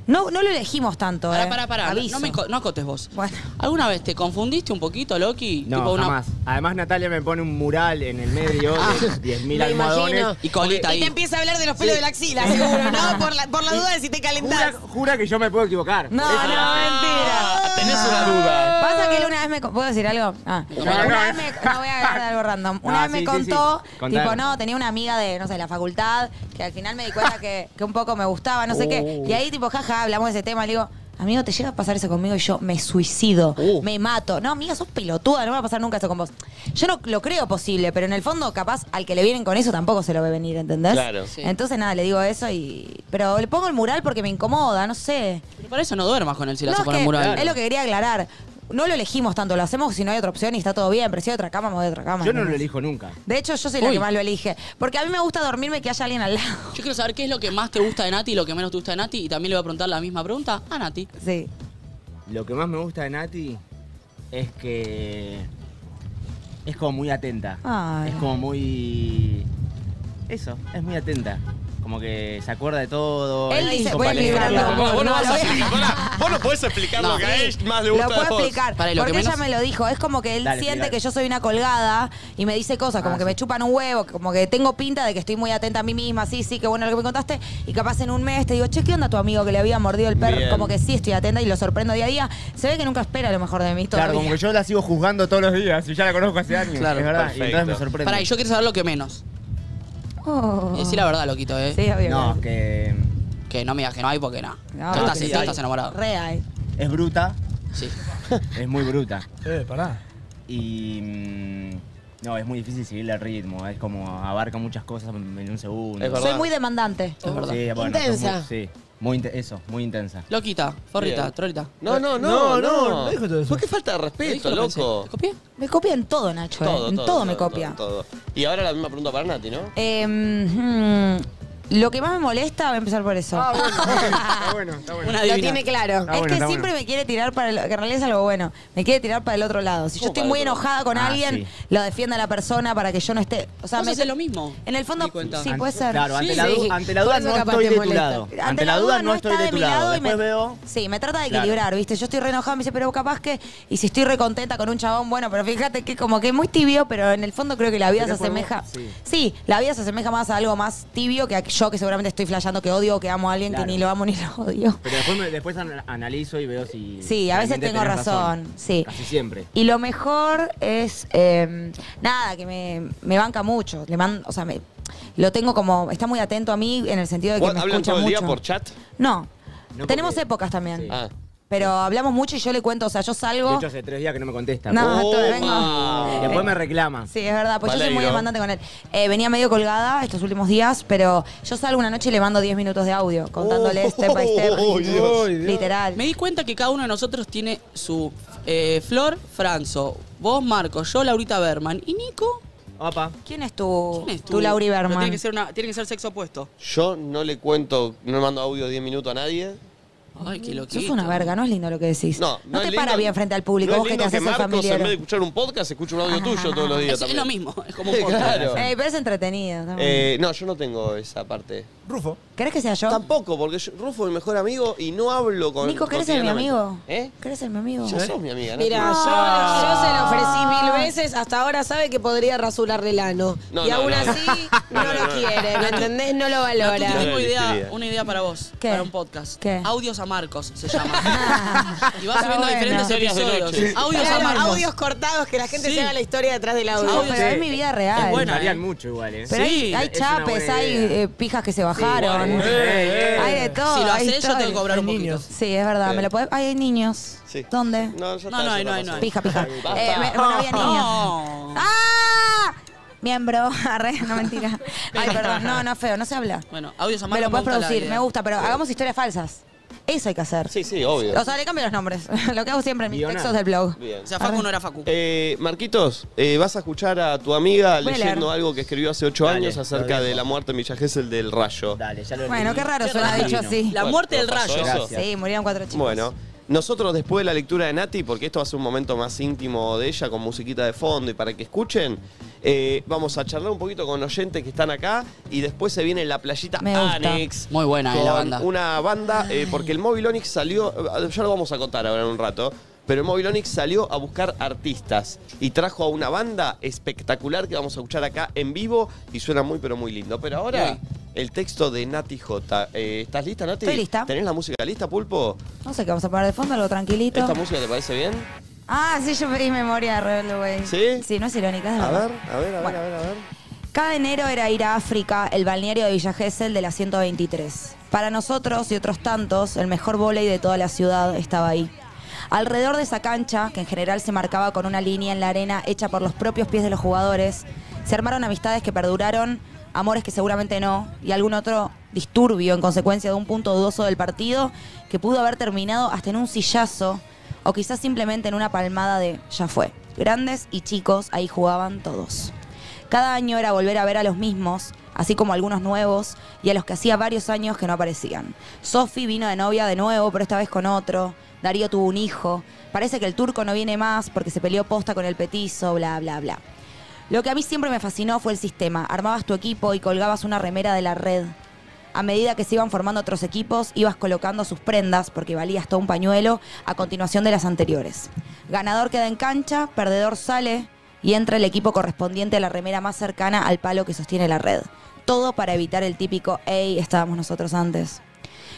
No, no lo elegimos tanto,
Pará,
eh.
pará, pará. No,
Aviso.
me co- no acotes vos.
Bueno.
¿Alguna vez te confundiste un poquito, Loki?
No,
Tipo una-
jamás. Además, Natalia me pone un mural en el medio de 10.000
me
almohadones.
imagino. Y colita
Porque-
ahí.
Te empieza a hablar de los pelos
Sí.
de la axila, seguro, ¿no? Por la, por la duda de si te
Jura,
calentás.
jura que yo me puedo equivocar.
No,
Eso-
Ah.
no, mentira.
Tenés una duda.
Pasa que él una vez me. co- ¿Puedo decir algo? Ah. una
no,
vez me. No voy a agarrar de algo random. Una
No,
vez me
sí, sí,
contó,
sí. Contá.
tipo, no, tenía una amiga de, no sé, la facultad, que al final me di cuenta que, que un poco me gustaba, no sé qué.
Oh.
Y ahí, tipo, jaja, hablamos de ese tema. Le digo, amigo, ¿te llega a pasar eso conmigo? Y yo me suicido,
Oh.
me mato. No, amiga, sos pelotuda, no me va a pasar nunca eso con vos. Yo no lo creo posible, pero en el fondo, capaz, al que le vienen con eso tampoco se lo ve venir, ¿entendés?
Claro. Sí.
Entonces, nada, le digo eso y. Pero le pongo el mural porque me incomoda, no sé.
Pero para eso no duermas con él si la haces
No,
con
es,
el
que
mural.
es lo que quería aclarar. No lo elegimos tanto, lo hacemos si no hay otra opción y está todo bien, pero si hay otra cama, me voy a otra
Ah,
cama.
Yo no lo
¿entendés?
elijo nunca.
De hecho, yo soy la
Uy.
que más lo elige. Porque a mí me gusta dormirme y que haya alguien al lado.
Yo quiero saber qué es lo que más te gusta de Nati y lo que menos te gusta de Nati. Y también le voy a preguntar la misma pregunta a Nati.
Sí.
Lo que más me gusta de Nati es que es como muy atenta.
Ay.
Es como muy. Eso, es muy atenta. Como que se acuerda de todo.
Él
es
dice,
como
voy
alejada.
librando.
Vos no,
No,
vas
lo
a
voy a-
explicar- pará, vos no podés explicar
No.
lo que a él más le
Lo
gusta de
puedo
vos.
explicar. porque ella me lo dijo. Es como que él
Dale,
siente
tirale.
que yo soy una colgada y me dice cosas como
Ah,
que me chupan un huevo, que como que tengo pinta de que estoy muy atenta a mí misma. Sí, sí, qué bueno lo que me contaste. Y capaz en un mes te digo, che, ¿qué onda tu amigo que le había mordido el perro?
Bien.
Como que sí, estoy atenta y lo sorprendo día a día. Se ve que nunca espera lo mejor de mí todavía.
Claro, como que yo la sigo juzgando todos los días y ya la conozco hace años.
Claro,
es verdad.
perfecto.
Y entonces me sorprende.
Pará, y yo quiero saber lo que menos.
Oh.
Y Decí la verdad, loquito, ¿eh?
Sí, obvio.
No, que. eh,
Que no me digas que no hay porque no.
No,
tú estás,
sí,
tú
hay.
estás enamorado.
Re hay.
Es bruta.
Sí.
Es muy bruta.
Eh, pará.
Y. mm, no, es muy difícil seguirle el ritmo. Es como abarca muchas cosas en un segundo.
Soy muy demandante.
Sí, bueno, sos
Intensa.
muy- sí, muy inte- eso, muy intensa.
Loquita, forrita,
Bien.
trolita.
No, no, no, no. no, dijo todo eso. ¿Por qué falta de respeto,
Lo dije, lo
loco?
Me copia en todo, Nacho. eh. en todo, me copia.
todo, todo. Y ahora la misma pregunta para Nati, ¿no?
Eh, mm, lo que más me molesta, voy a empezar por eso.
Ah,
Está bueno, está bueno.
Lo tiene claro.
Está
es
Ah, bueno,
que
está
siempre
bueno.
me quiere tirar para el, que en realidad es algo bueno. Me quiere tirar para el otro lado. Si yo
¿Cómo
estoy
Oh, para el
muy
otro lado?
enojada con
Ah,
alguien,
sí.
lo defiende a la persona para que yo no esté. O sea,
Vos
me
haces lo mismo.
En el fondo,
Me di cuenta.
sí,
Ante-
puede ser.
Claro, ante
Sí.
la du- ante la duda
Por eso
no
capaz
estoy
te
de tu
molesta.
lado. Ante la duda no
está
estoy de tu
mi
lado.
y me-
Después veo-
Sí, me trata de
Claro.
equilibrar, ¿viste? Yo estoy re enojada, me dice, pero capaz que. Y si estoy re contenta con un chabón, bueno, pero fíjate que como que es muy tibio, pero en el fondo creo que la vida se
Pero por vos-
asemeja.
sí.
Sí, la vida se asemeja más a algo más tibio que a yo que seguramente estoy flasheando que odio, que amo a alguien
Claro.
que ni lo amo ni lo odio.
Pero después, me- después an- analizo y veo si.
Sí, a veces
realmente
tengo
tenés
razón, sí.
Casi siempre.
Y lo mejor es, eh, nada, que me, me banca mucho. Le mando, o sea, me- lo tengo como, está muy atento a mí en el sentido de que me
¿Hablan
escucha
todo el día
mucho.
por chat?
No,
No,
tenemos
porque-
épocas también.
Ah.
Pero hablamos mucho y yo le cuento, o sea, yo
De
salgo.
hecho, hace tres días que no me contesta.
No,
Oh,
todo, vengo.
ma. Después me reclama.
Sí, es verdad, pues yo soy muy
Valerio.
demandante con él. Eh, venía medio colgada estos últimos días, pero yo salgo una noche y le mando 10 minutos de audio
Oh,
contándole step by step. Literal.
Me di cuenta que cada uno de nosotros tiene su eh, Flor, Franzo, vos, Marco, yo, Laurita Berman y Nico.
Opa.
¿Quién es tu,
¿Quién es
tu Lauri
Pero
Berman?
Tiene que, ser una- tiene que ser sexo opuesto.
Yo no le cuento, no le mando audio 10 minutos a nadie.
Ay, qué loquito.
Sos una verga, no es lindo lo que decís.
No,
no,
no
te
es
para
lindo-
bien frente al público,
no
vos
es
que te
lindo que
haces
Marcos, en
familiar.
vez de escuchar un podcast, escucha un audio tuyo todos los días
Es, es
también.
lo mismo, es como un
Sí,
podcast.
claro.
Ey, pero es entretenido. está bueno.
Eh, no, yo no tengo esa parte.
Rufo.
¿Querés que sea yo?
Tampoco, porque yo- Rufo es mi mejor amigo y no hablo con
Nico, ¿querés ser mi
cotidianamente.
amigo? Ah.
¿Eh?
¿Querés ser mi amigo?
Ya sos mi amiga, ¿no? Ah.
Mira, yo,
Ah.
yo se lo ofrecí mil veces, hasta ahora sabe que podría rasurarle el ano.
No,
y
no,
aún
no, no.
así no, lo quiere, ¿me entendés? No lo
Natu,
valora.
tengo idea, una idea para vos,
¿Qué?
para un podcast.
¿Qué?
Audios a Marcos se llama.
Ah,
y vas
Está bueno.
subiendo diferentes
Historias de
episodios.
noche.
Audios a
Claro,
Marcos.
audios cortados, que la gente
Sí.
se haga la historia detrás del audio.
Audios,
pero es mi vida real.
Es
Buena,
buena,
eh.
mucho igual, ¿eh?
Pero hay, hay
es una buena
chapes,
idea.
hay eh, pijas que se bajaron.
bueno. Eh, eh.
Hay de todo.
Si lo
hay
hacés, yo
historia.
tengo que cobrar un Hay poquito. niños.
Sí, es verdad.
Sí.
¿Me lo podés? Ay, hay niños. ¿Dónde?
No, ya
No, está, no ya hay, no está hay, no hay. pasando.
Pija, pija.
Ay, basta.
Eh, me- bueno, había niños.
No.
¡Ah! Miembro, arre, no mentira. Ay, perdón, no, no, feo, no se habla.
Bueno, audios a
Me
Marcos. eh.
lo puedes
gusta la
producir,
idea.
me gusta, pero hagamos historias falsas. Eso hay que hacer.
Sí, sí, obvio.
O sea, le cambio los nombres. Lo que hago siempre en mis
Guionar.
textos del blog.
Bien.
Arre.
Facu.
Eh, Marquitos, eh, vas a escuchar a tu amiga
Voy a
leyendo
leer.
algo que escribió hace ocho
Dale,
años acerca
lo
de
dejo.
la muerte en Villa Gesell del rayo. Dale, ya lo
Bueno, qué raro suena dicho así. Sí,
Sí,
murieron cuatro chicos.
Bueno, nosotros después de la lectura de Nati, porque esto va a ser un momento más íntimo de ella, con musiquita de fondo y para que escuchen, eh, vamos a charlar un poquito con oyentes que están acá y después se viene la playita
Me gusta.
Annex.
Muy buena, eh, la
con
banda.
Una banda, eh, porque el Móvil Onix salió, eh, ya lo vamos a contar ahora en un rato. Pero el Móvil Onix salió a buscar artistas y trajo a una banda espectacular que vamos a escuchar acá en vivo y suena muy pero muy lindo. Pero ahora, el texto de Nati J. Eh, ¿Estás lista, Nati?
Estoy lista.
¿Tenés la música lista, Pulpo?
No sé qué vamos a poner de fondo, algo tranquilito.
¿Esta música te parece bien?
Ah, sí, yo pedí memoria de Rebelde Way.
¿Sí?
Sí, no es irónica, es de
A
verdad.
ver, a ver, a ver, a ver, a ver.
Cada enero era ir a África, el balneario de Villa Gesell de la 123. Para nosotros y otros tantos, el mejor vóley de toda la ciudad estaba ahí. Alrededor de esa cancha, que en general se marcaba con una línea en la arena hecha por los propios pies de los jugadores, se armaron amistades que perduraron, amores que seguramente no, y algún otro disturbio en consecuencia de un punto dudoso del partido que pudo haber terminado hasta en un sillazo o quizás simplemente en una palmada de ya fue. Grandes y chicos, ahí jugaban todos. Cada año era volver a ver a los mismos, así como algunos nuevos y a los que hacía varios años que no aparecían. Sofi vino de novia de nuevo, pero esta vez con otro. Darío tuvo un hijo. Parece que el turco no viene más porque se peleó posta con el petizo, bla, bla, bla. Lo que a mí siempre me fascinó fue el sistema. Armabas tu equipo y colgabas una remera de la red. A medida que se iban formando otros equipos, ibas colocando sus prendas, porque valías todo un pañuelo, a continuación de las anteriores. Ganador queda en cancha, perdedor sale y entra el equipo correspondiente a la remera más cercana al palo que sostiene la red. Todo para evitar el típico, hey, estábamos nosotros antes.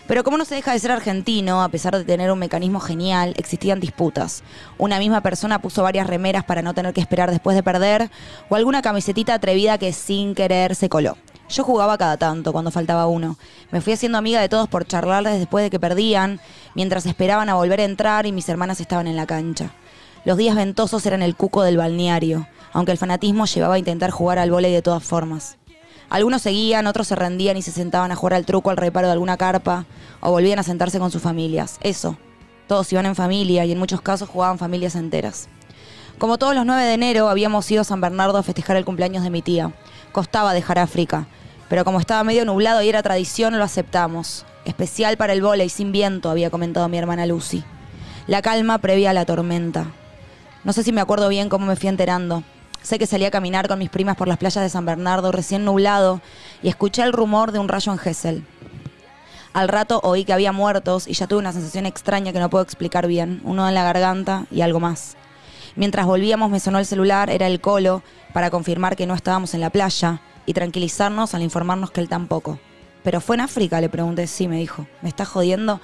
Pero como no se deja de ser argentino, a pesar de tener un mecanismo genial, existían disputas. Una misma persona puso varias remeras para no tener que esperar después de perder, o alguna camisetita atrevida que sin querer se coló. Yo jugaba cada tanto, cuando faltaba uno. Me fui haciendo amiga de todos por charlarles después de que perdían, mientras esperaban a volver a entrar y mis hermanas estaban en la cancha. Los días ventosos eran el cuco del balneario, aunque el fanatismo llevaba a intentar jugar al vóley de todas formas. Algunos seguían, otros se rendían y se sentaban a jugar al truco al reparo de alguna carpa o volvían a sentarse con sus familias. Eso. Todos iban en familia y en muchos casos jugaban familias enteras. Como todos los 9 de enero, habíamos ido a San Bernardo a festejar el cumpleaños de mi tía. Costaba dejar África, pero como estaba medio nublado y era tradición, lo aceptamos. Especial para el vóley sin viento, había comentado mi hermana Lucy. La calma previa a la tormenta. No sé si me acuerdo bien cómo me fui enterando. Sé que salí a caminar con mis primas por las playas de San Bernardo, recién nublado, y escuché el rumor de un rayo en Gesell. Al rato oí que había muertos y ya tuve una sensación extraña que no puedo explicar bien, uno en la garganta y algo más. Mientras volvíamos me sonó el celular, era el colo, para confirmar que no estábamos en la playa y tranquilizarnos al informarnos que él tampoco. Pero fue en África, le pregunté, sí, me dijo. ¿Me estás jodiendo?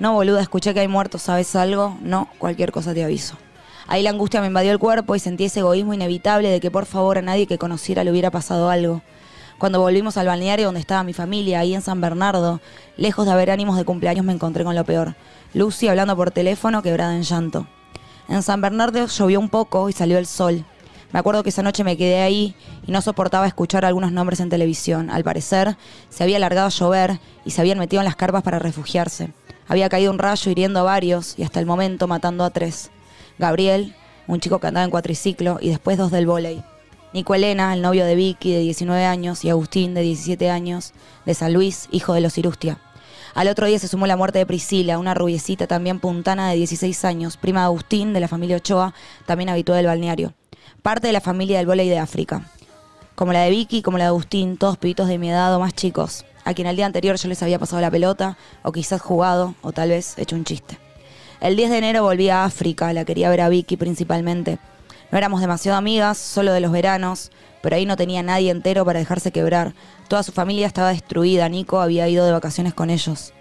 No, boluda, escuché que hay muertos, ¿sabes algo? No, cualquier cosa te aviso. Ahí la angustia me invadió el cuerpo y sentí ese egoísmo inevitable de que por favor a nadie que conociera le hubiera pasado algo. Cuando volvimos al balneario donde estaba mi familia, ahí en San Bernardo, lejos de haber ánimos de cumpleaños me encontré con lo peor. Lucy hablando por teléfono, quebrada en llanto. En San Bernardo llovió un poco y salió el sol. Me acuerdo que esa noche me quedé ahí y no soportaba escuchar algunos nombres en televisión. Al parecer, se había alargado a llover y se habían metido en las carpas para refugiarse. Había caído un rayo hiriendo a varios y hasta el momento matando a tres. Gabriel, un chico que andaba en cuatriciclo, y después dos del vóley. Nico Elena, el novio de Vicky, de 19 años, y Agustín, de 17 años, de San Luis, hijo de los Irustia. Al otro día se sumó la muerte de Priscila, una rubiecita también puntana de 16 años, prima de Agustín, de la familia Ochoa, también habitual del balneario. Parte de la familia del vóley de África. Como la de Vicky, como la de Agustín, todos pibitos de mi edad o más chicos, a quien al día anterior yo les había pasado la pelota, o quizás jugado, o tal vez hecho un chiste. El 10 de enero volví a África, la quería ver a Vicky principalmente. No éramos demasiado amigas, solo de los veranos, pero ahí no tenía nadie entero para dejarse quebrar. Toda su familia estaba destruida, Nico había ido de vacaciones con ellos.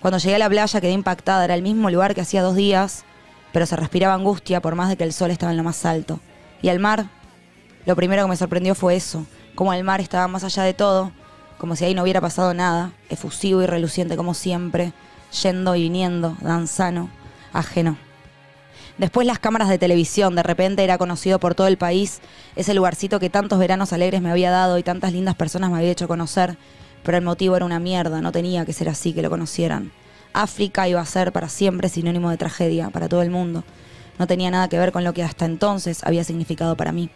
Cuando llegué a la playa quedé impactada, era el mismo lugar que hacía dos días, pero se respiraba angustia por más de que el sol estaba en lo más alto. Y al mar, lo primero que me sorprendió fue eso, como el mar estaba más allá de todo, como si ahí no hubiera pasado nada, efusivo y reluciente como siempre, yendo y viniendo, danzano, ajeno. Después las cámaras de televisión, de repente era conocido por todo el país, ese lugarcito que tantos veranos alegres me había dado y tantas lindas personas me había hecho conocer, pero el motivo era una mierda, no tenía que ser así que lo conocieran. África iba a ser para siempre sinónimo de tragedia para todo el mundo. No tenía nada que ver con lo que hasta entonces había significado para mí.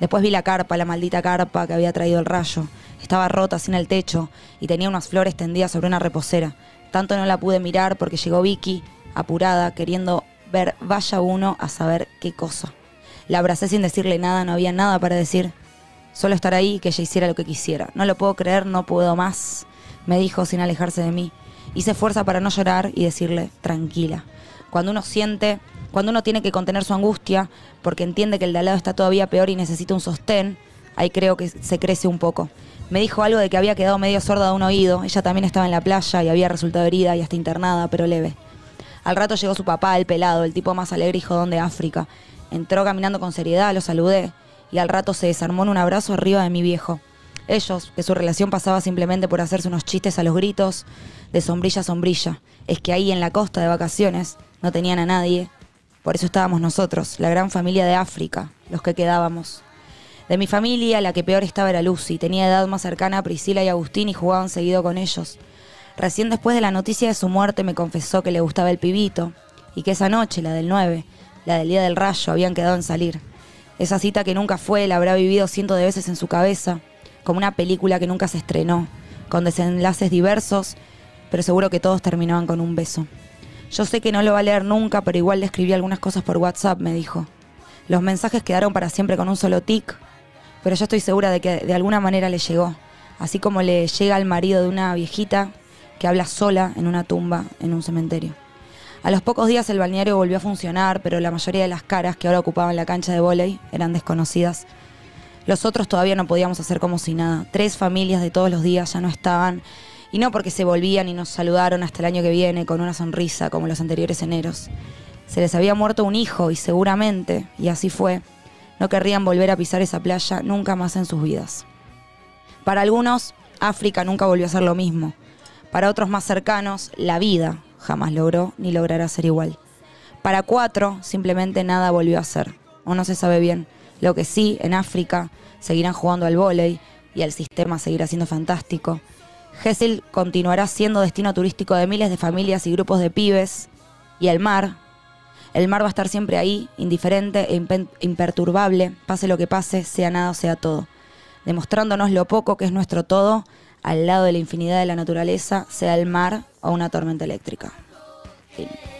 Después vi la carpa, la maldita carpa que había traído el rayo. Estaba rota, sin el techo, y tenía unas flores tendidas sobre una reposera. Tanto no la pude mirar porque llegó Vicky, apurada, queriendo ver vaya uno a saber qué cosa. La abracé sin decirle nada, no había nada para decir. Solo estar ahí y que ella hiciera lo que quisiera. No lo puedo creer, no puedo más, me dijo sin alejarse de mí. Hice fuerza para no llorar y decirle, tranquila. Cuando uno siente, cuando uno tiene que contener su angustia, porque entiende que el de al lado está todavía peor y necesita un sostén, ahí creo que se crece un poco. Me dijo algo de que había quedado medio sorda de un oído, ella también estaba en la playa y había resultado herida y hasta internada, pero leve. Al rato llegó su papá, el pelado, el tipo más alegre y jodón de África. Entró caminando con seriedad, lo saludé y al rato se desarmó en un abrazo arriba de mi viejo. Ellos, que su relación pasaba simplemente por hacerse unos chistes a los gritos, de sombrilla a sombrilla. Es que ahí en la costa de vacaciones no tenían a nadie. Por eso estábamos nosotros, la gran familia de África, los que quedábamos. De mi familia, la que peor estaba era Lucy. Tenía edad más cercana a Priscila y Agustín y jugaban seguido con ellos. Recién después de la noticia de su muerte me confesó que le gustaba el pibito y que esa noche, la del 9, la del día del rayo, habían quedado en salir. Esa cita que nunca fue la habrá vivido cientos de veces en su cabeza, como una película que nunca se estrenó, con desenlaces diversos, pero seguro que todos terminaban con un beso. Yo sé que no lo va a leer nunca, pero igual le escribí algunas cosas por WhatsApp, me dijo. Los mensajes quedaron para siempre con un solo tic, pero yo estoy segura de que de alguna manera le llegó. Así como le llega al marido de una viejita que habla sola en una tumba en un cementerio. A los pocos días el balneario volvió a funcionar, pero la mayoría de las caras que ahora ocupaban la cancha de vóley eran desconocidas. Los otros todavía no podíamos hacer como si nada. Tres familias de todos los días ya no estaban, y no porque se volvían y nos saludaron hasta el año que viene con una sonrisa como los anteriores eneros. Se les había muerto un hijo y seguramente, y así fue, no querrían volver a pisar esa playa nunca más en sus vidas. Para algunos, África nunca volvió a ser lo mismo. Para otros más cercanos, la vida jamás logró ni logrará ser igual. Para cuatro, simplemente nada volvió a ser, o no se sabe bien. Lo que sí, en África seguirán jugando al vóley y el sistema seguirá siendo fantástico. Gesell continuará siendo destino turístico de miles de familias y grupos de pibes, y el mar, el mar va a estar siempre ahí, indiferente e impen- imperturbable, pase lo que pase, sea nada o sea todo, demostrándonos lo poco que es nuestro todo al lado de la infinidad de la naturaleza, sea el mar o una tormenta eléctrica. Fin.